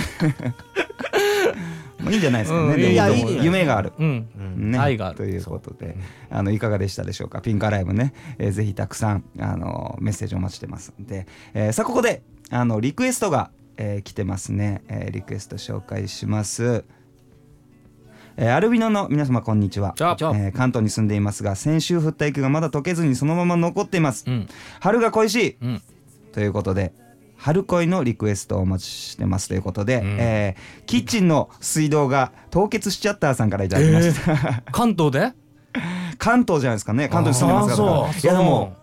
A: もういいんじゃないですかね、
B: うん
A: でも
B: いやいい
C: ね
A: 夢がある、
B: うん
A: ね、
B: 愛がある
A: ということであのいかがでしたでしょうかピンカライブね、えーぜひたくさんあのメッセージお待ちしてますんで、えーさあここであのリクエストが、えー来てますね、えーリクエスト紹介します、えーアルビノの皆様こんにちは
B: こんにちは
A: えー関東に住んでいますが先週降った雪がまだ溶けずにそのまま残っています、
B: うん
A: 春が恋しい
B: うん
A: ということで春恋のリクエストをお待ちしてますということで、
B: ん
A: えーキッチンの水道が凍結しちゃったさんからいただきました、
B: 関東で
A: 関東じゃないですかね関東に住んでますから
B: あーそう
A: いやでも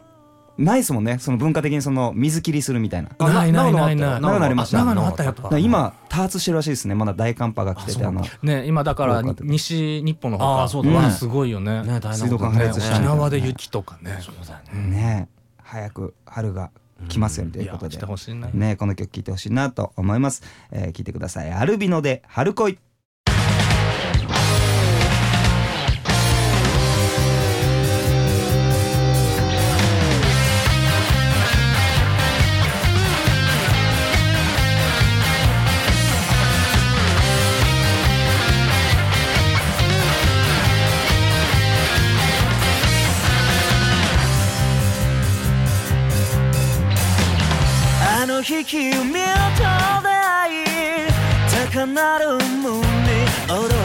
A: ないですもんねその文化的にその水切りするみたいな
C: あ
B: ないないない
C: 長野
A: 長
B: ない
C: あった
A: 野ありました
B: あ長野あったやっ
A: だ
B: ぱ
A: から今多発してるらしいですねまだ大寒波が来ててあの
B: ね今だから
A: そうか
B: 西日本の方
C: あ
B: が
C: ーそう
A: だね
B: わすごいよね
C: ね大変なこと
A: 水道管破裂してる
B: 沖縄で雪とかね
C: そうだね
A: ねえ早く春が来ますようにということ
B: いや
A: で
B: 来てほしいな
A: ねえこの曲聴いてほしいなと思いますえー聴いてくださいアルビノで春恋
D: 「君と出会い高鳴る胸に踊る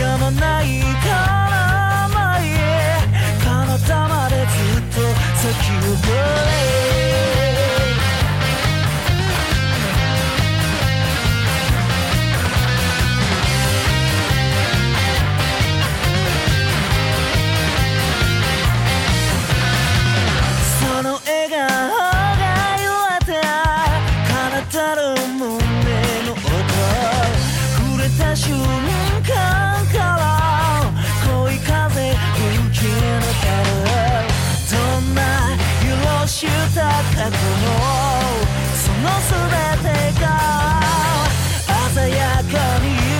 D: やまないから甘い体までずっと先をぶれその笑顔が言われた体の胸の音触れた瞬間から恋風吹き抜けるどんな色をした過去もその全てが鮮やかに彩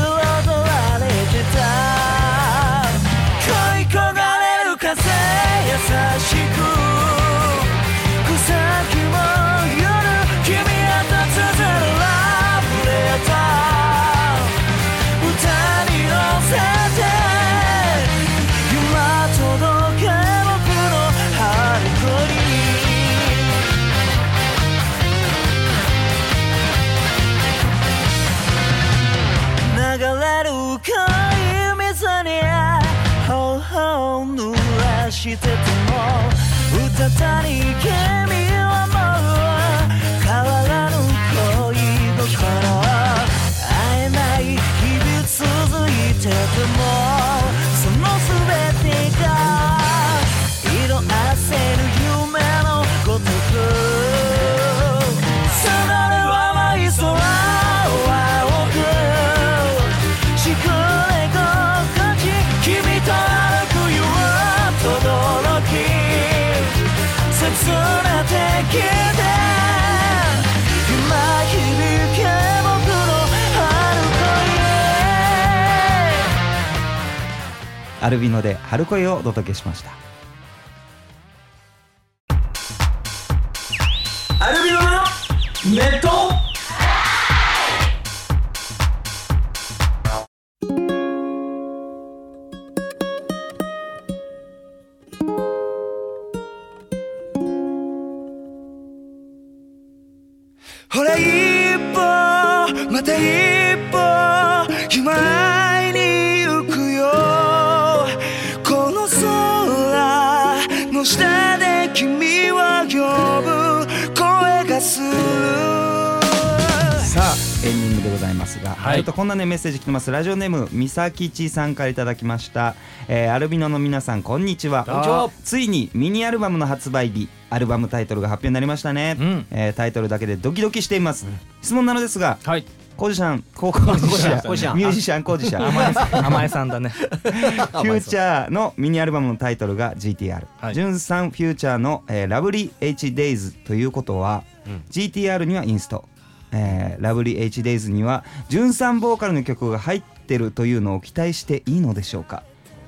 D: られてた恋焦がれる風優しく草木も夜君へと綴るラブレター歌に乗せて今届け僕の春子に流れる恋水に頬を濡らしててもうたたに君はもう変わらぬ恋心会えない日々続いててもその全てが色あせる夢のごとく空の甘い空を青くしくれ心地君と歩くよ轟き切な敵で今響け僕の春恋
A: アルビノで春恋をお届けしました
D: アルビノのネットほら一歩また一歩手前に行くよこの空の下で君は呼ぶ声がする
A: さあエンディングでございますが、
B: はい
A: ちょっとこんなねメッセージ来てますラジオネームみさきちさんからいただきました、えーアルビノの皆さんこんにちは
B: こんにちは
A: ついにミニアルバムの発売日アルバムタイトルが発表になりましたね、
B: うん
A: えータイトルだけでドキドキしています、質問なのですが
B: はい
A: コージシャンコージシ
C: コージシ
A: ャ
C: ャ
A: ン
C: ン
A: ミュージシャンコージシャンフ
B: 甘えさんだね
A: ューチャーのミニアルバムのタイトルが GTR、
B: はい
A: ジュンさんフューチャーの、えーラブリー HDays ということは、GTR にはインスト、えーラブリー HDays にはジュンさんボーカルの曲が入ってるというのを期待していいのでしょうか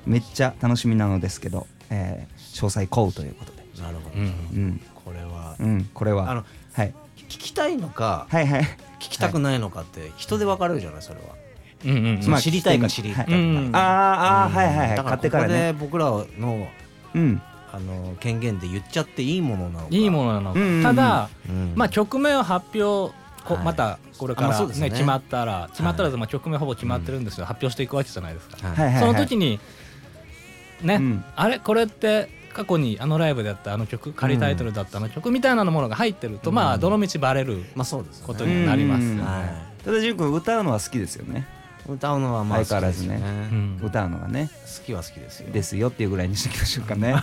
A: めっちゃ楽しみなのですけど、えー詳細こうということで
C: なるほど、
A: うん
C: これは
A: うんこれは
C: あの
A: はい、
C: 聞きたいのか
A: はいはい
C: 聞きたくないのかって人で分かれるじゃないそれは、
B: うんうんうん
C: その知りたいか知りたくない、
B: うん
A: あああーはいはいはい
C: だか
A: 買
C: ら
A: って
C: こ
A: から
C: こ
A: ね
C: で僕らの
A: うん
C: あの権限で言っちゃっていいものなのか
B: いいものなの、
A: うんうんうん
B: ただ、
C: うん
B: まあ曲名を発表こ
C: はい
B: またこれか
C: あまあ
B: ら、
C: そう
B: ね
C: ですね
B: 決まったら決まったら、まあ、曲名ほぼ決まってるんですよ、発表していくわけじゃないですか、
A: はい
C: は
A: はいいはい
B: その時にね、
A: うん
B: あれこれって過去にあのライブでやったあの曲仮タイトルだったあの曲みたいなものが入ってると、まあどの道バレる
C: まあそうですね
B: ことになります、
A: うん
C: は
A: ただ淳君歌うのは好きですよね
C: い歌うのはまあ好きですよ
A: 相変わ
C: ね
B: うん
A: 歌うのがね
C: 好きは好きですよ
A: ですよっていうぐらいにしておきましょうかね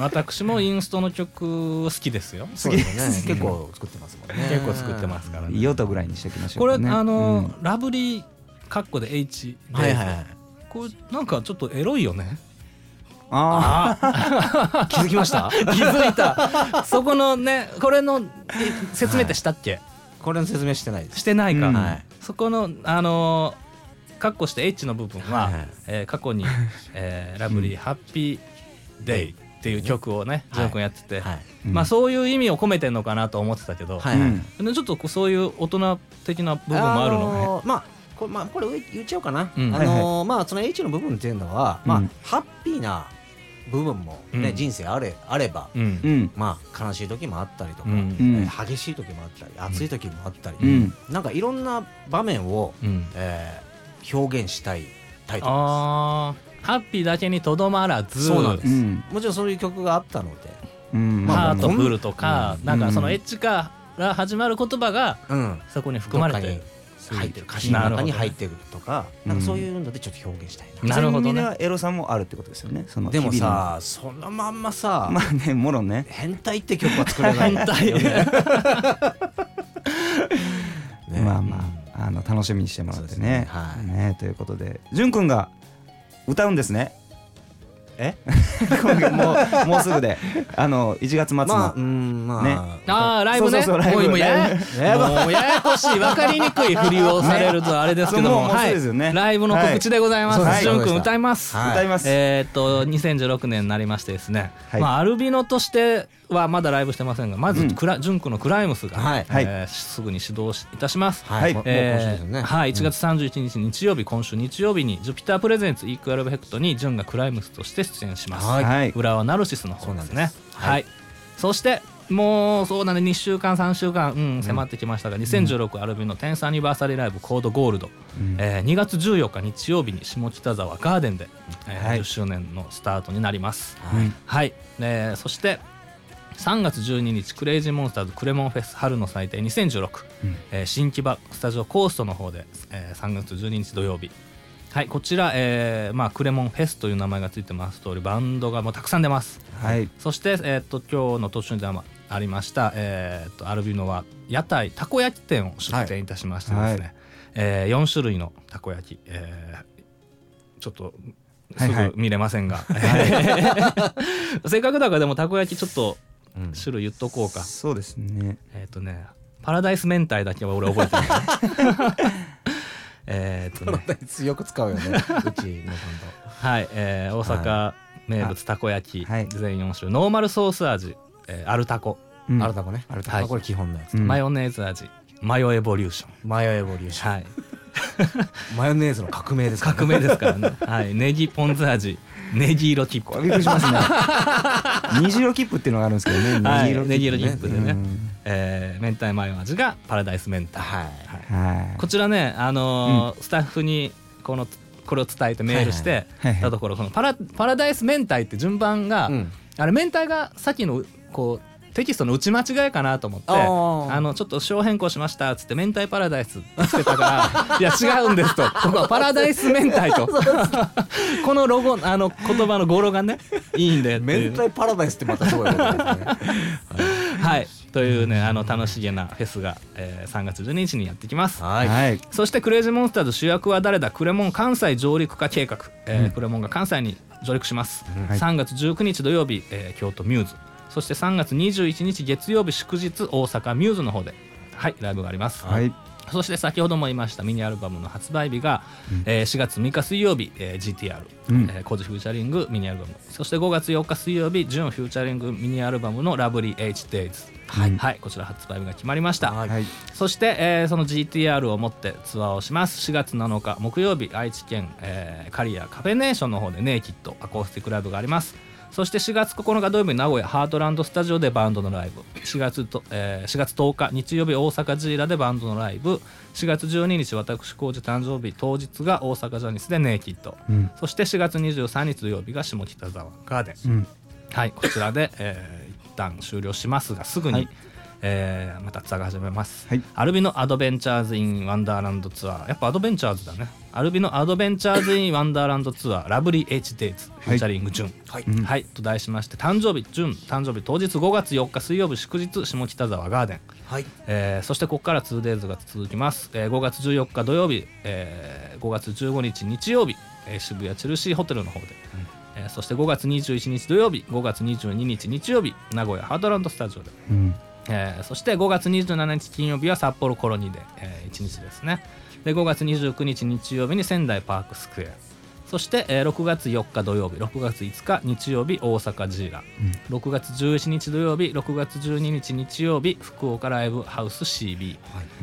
B: 私もインストの曲好きですよ
C: そうです
A: 好きです
C: ね結構作ってますもんね
B: 結構作ってます からね
A: いい音ぐらいにしておきましょ
B: こ
A: う
B: れあ
A: かね
B: の、ラブリーカッコで H で、
C: はいはいはい
B: これなんかちょっとエロいよね
A: あ
C: 気づきまし た
B: 気づいたそこのねこれのえ説明ってしたっけ、
C: これの説明してないです
B: してないか、
A: うん
C: はい
B: そこのあのー、カッコして H の部分は、
C: はいはい
B: えー過去に、えーラブリーハッピーデイっていう曲をね、
C: はい
B: ジョー君やってて、
C: はい
B: まあそういう意味を込めてんのかなと思ってたけど、
C: は
A: あう
C: いはい
A: ん
B: でちょっとこうそういう大人的な部分もあるのね。
C: のーまあこれまあこれ言っちゃおうかなあ
B: うん
C: のーまあその H の部分っていうのはま
A: う
C: あ
A: ん
C: ハッピーな部分も、ね
B: うん
C: 人生あれあれば、
B: うん
A: うん
C: まあ、悲しい時もあったりとか、
B: う
A: う
B: ん
A: ん
C: えー激しい時もあったり暑い時もあったり、
A: うん
C: なんかいろんな場面を、
B: うん
C: えー表現したいタイトルです。
B: あーハッピーだけにとどまらず
C: そうなんで
A: う
C: す
A: ん
C: もちろんそういう曲があったので、
A: うん
C: まあ
B: ハートフルとか、
A: うん
B: なんかそうの
A: ん
B: エッジから始まる言葉が
C: うん、
B: そこに含まれてる
C: どっかに入ってる歌詞の
B: なるほ
C: 中
B: ど
C: に
B: ね
C: 入ってるとか、
A: うん
C: なんかそういうのでちょっと表現したいな。
B: なるほ
A: そういう
B: ど
A: 意味で
B: ね
A: はエロさもあるってことですよねその
C: でも
A: 日々
C: さそのまんまさ、
A: の まあねもろね
C: 変態って曲は作 れない
B: 変態
C: よね。ね
A: まあまああの楽しみにしてもらっ
C: そ
A: て
C: うですね
A: ね
C: はい
A: ねということで潤くんが歌うんですね
C: え
A: もうもうすぐであの1月末の、
C: まあうんまあ、
A: ね
B: あーライブね
A: そうそうそうライブ
B: もうもうや
A: ライ
C: ライブ
B: もうややこしい分かりにくい振りをされるとあれですけ
A: そ
B: ども
A: うもうもうそうですよね
B: はい、ライブの告知でございます、
C: はい
B: じゅんくん
C: そうです
B: 歌います、
C: はい
A: 歌います、
B: えーっと2016年になりましてですね、
A: はい
B: まあ、アルビノとしてはまだライブしてませんがまずクラ、ジュンクのクライムスが、
C: はい
B: えーすぐに始動しいたします。
C: はい、
A: はい
C: もうもう今週
B: え
C: ですよ
B: ー
C: ね。
B: はい、1月31日日曜日、今週日曜日にジュピタープレゼンツイークアルブヘクトにジュンがクライムスとして出演します。
C: はい
A: はい
B: 浦和ナルシスの方です
C: そうなん
B: ね
C: です
B: はい、
C: は
B: そしてもうそうだね2週間3週間、うん、迫ってきましたが、2016アルビの「テンスアニバーサリーライブコードゴールド」えー2月14日日曜日に下北沢ガーデンで、えー
A: はい
B: 10周年のスタートになります
C: は
A: う
C: い
A: ん
B: はい、えーそして3月12日クレイジーモンスターズクレモンフェス春の祭典2016、
A: うん
B: えー新木場スタジオコーストの方で、えー3月12日土曜日はいこちら、えーまあ、クレモンフェスという名前がついてます通りバンドがもうたくさん出ます
A: はい
B: そして、えー、と今日の途中でもありました、えー、とアルビノは屋台たこ焼き店を出店いたしましてですね、
A: はいはい
B: え4種類のたこ焼き、えーちょっとす
A: はいはい
B: ぐ見れませんが、 せっかくだからでもたこ焼きちょっと
C: うん
B: 種類言っとこうか、
A: そうですね
B: えっ、とねパラダイス明太だけは俺覚えてないえっとね
C: よく使うよ ね。うちのさんと。
B: はい、えー大阪名物たこ焼き、
A: はい
B: 全4種類ノーマルソース味、えー、アルタコ
A: うん
C: あるたこね。ある
B: たこ
C: これ基本のやつ。
A: うん
B: マヨネーズ味、マヨエボリューション。
C: マヨエボリューション。
B: はい、
C: マヨネーズの革命ですからね
B: 革命ですからね。はい、ネギポン酢味、ネギ色切符。
A: これびっくりし ますね虹色切符っていうのがあるんですけどね
B: は
A: 虹
B: い
A: 色、
B: ネギ色切符でね、
A: うん
B: えー明太マヨ味がパラダイス明太。
C: はい。
A: はい
B: こちらね、あのースタッフにこのこれを伝えてメールして
A: はいはい
B: たところ、このパラパラダイス明太って順番が、
C: うん
B: あれ明太がさっきのこうテキストの打ち間違いかなと思って。
C: あー
B: あのちょっと小変更しましたっつって明太パラダイスってつけたから いや違うんですとここはパラダイス明太と このロゴあの言葉の語呂がねいいん でってい
C: 明
B: う
C: 太パラダイスってまたすごいことですね。
B: はいというねあの楽しげなフェスが、えー3月12日にやってきます
C: は
A: はい
B: そしてクレイジーモンスターズ主役は誰だクレモン関西上陸化計画、えー
A: うん
B: クレモンが関西に上陸します、
A: はい
B: 3月19日土曜日、えー京都ミューズそして3月21日月曜日祝日大阪ミューズの方ではいライブがあります、
A: はい
B: そして先ほども言いましたミニアルバムの発売日が、えー4月3日水曜日、えー GTR、
A: うん
B: えーコージフューチャリングミニアルバムそして5月4日水曜日ジュンフューチャリングミニアルバムのラブリー HDays、
A: はい
B: はい、こちら発売日が決まりました、
C: はい
A: はい
B: そして、えーその GTR を持ってツアーをします4月7日木曜日愛知県、えーカリアカフェネーションの方でネイキッドアコースティックライブがありますそして4月9日土曜日名古屋ハートランドスタジオでバンドのライブ4月と、えー4月10日日曜日大阪ジーラでバンドのライブ4月12日私工事誕生日当日が大阪ジャニスでネイキッド、
A: うん
B: そして4月23日土曜日が下北沢ガーデン、
A: うん
B: はい、こちらで、えー一旦終了しますがすぐに、
A: はい
B: えーまたツアーが始めます、
A: はい
B: アルビのアドベンチャーズ・イン・ワンダーランドツアーやっぱアドベンチャーズだねアルビのアドベンチャーズ・イン・ワンダーランドツアーラブリー H デイズフューチャリング・ジュン
C: はい
B: はい、と題しまして誕生日ジュン誕生日当日5月4日水曜日祝日下北沢ガーデン
C: はい。
B: えーそしてここから 2days が続きます、えー5月14日土曜日、えー5月15日日曜日、えー渋谷チェルシーホテルの方で、えーそして5月21日土曜日5月22日日曜日名古屋ハードランドスタジオで、
A: うん
B: えーそして5月27日金曜日は札幌コロニーで、え1日ですねで5月29日日曜日に仙台パークスクエアそして、えー6月4日土曜日6月5日日曜日大阪ジーラ、6月11日土曜日6月12日日曜日福岡ライブハウス CB、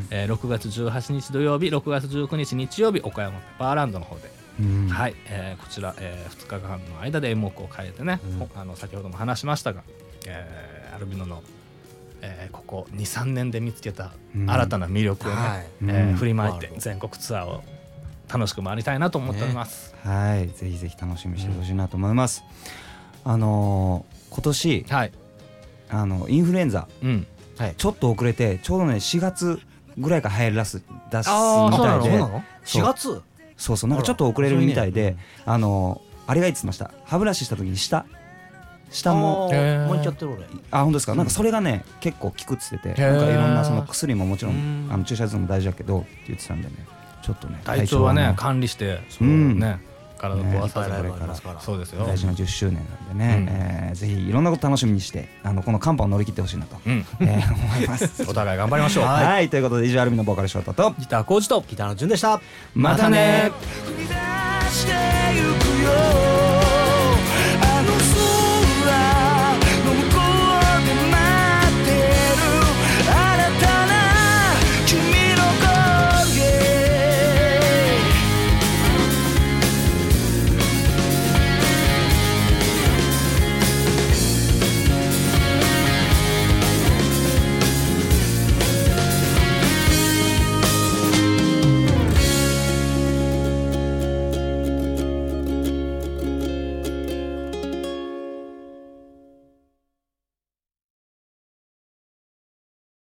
B: えー6月18日土曜日6月19日日曜日岡山ペパーランドの方で
A: うん
B: はい、えーこちら、え2日間の間で演目を変えてね、ほあの先ほども話しましたが、えーアルビノの、えーここ23年で見つけた
A: うん
B: 新たな魅力をね、
C: はい
B: え
A: う
B: ー
A: ん
B: 振りまいて
C: うん
B: 全国ツアーを楽しく回りたいなと思っております。
A: はいぜひぜひ楽しみにしてほしいなと思います、あのー今年
B: はい、
A: あのインフルエンザ
B: うん、
A: ちょっと遅れてちょうどね4月ぐらいから流行り出す出す
B: あー
A: みたい
B: そうな
A: で
C: の
A: そう
C: 4月
A: そうそうなんかちょっと遅れるみたいであのあれがいいっつってました歯ブラシした時に下下も
C: あー
B: へー
C: もう行っちゃってる俺
A: あ本当ですかなんかそれがね結構効くっつってて
B: へー
A: なんかいろんなその薬ももちろ
C: うん
A: んあの注射薬も大事だけどって言ってたんでねちょっとね
B: 体調はね
A: 体
B: 管理して、
A: うん
B: ね体を壊
C: いっぱ
B: さ
C: い
B: ず
C: ライ
B: に、
C: ブありますから
B: そうですよ。
A: 大事な10周年なんでね
B: うん
A: えーぜひいろんなこと楽しみにしてあのこの寒波を乗り切ってほしいなと
B: うん、
A: えー思います
B: お互い頑張りましょう。
A: はいということで以上アルミのボーカルショートと
B: ギターコーチと
C: ギターの順でした
A: またね
D: 踏み出してゆくよ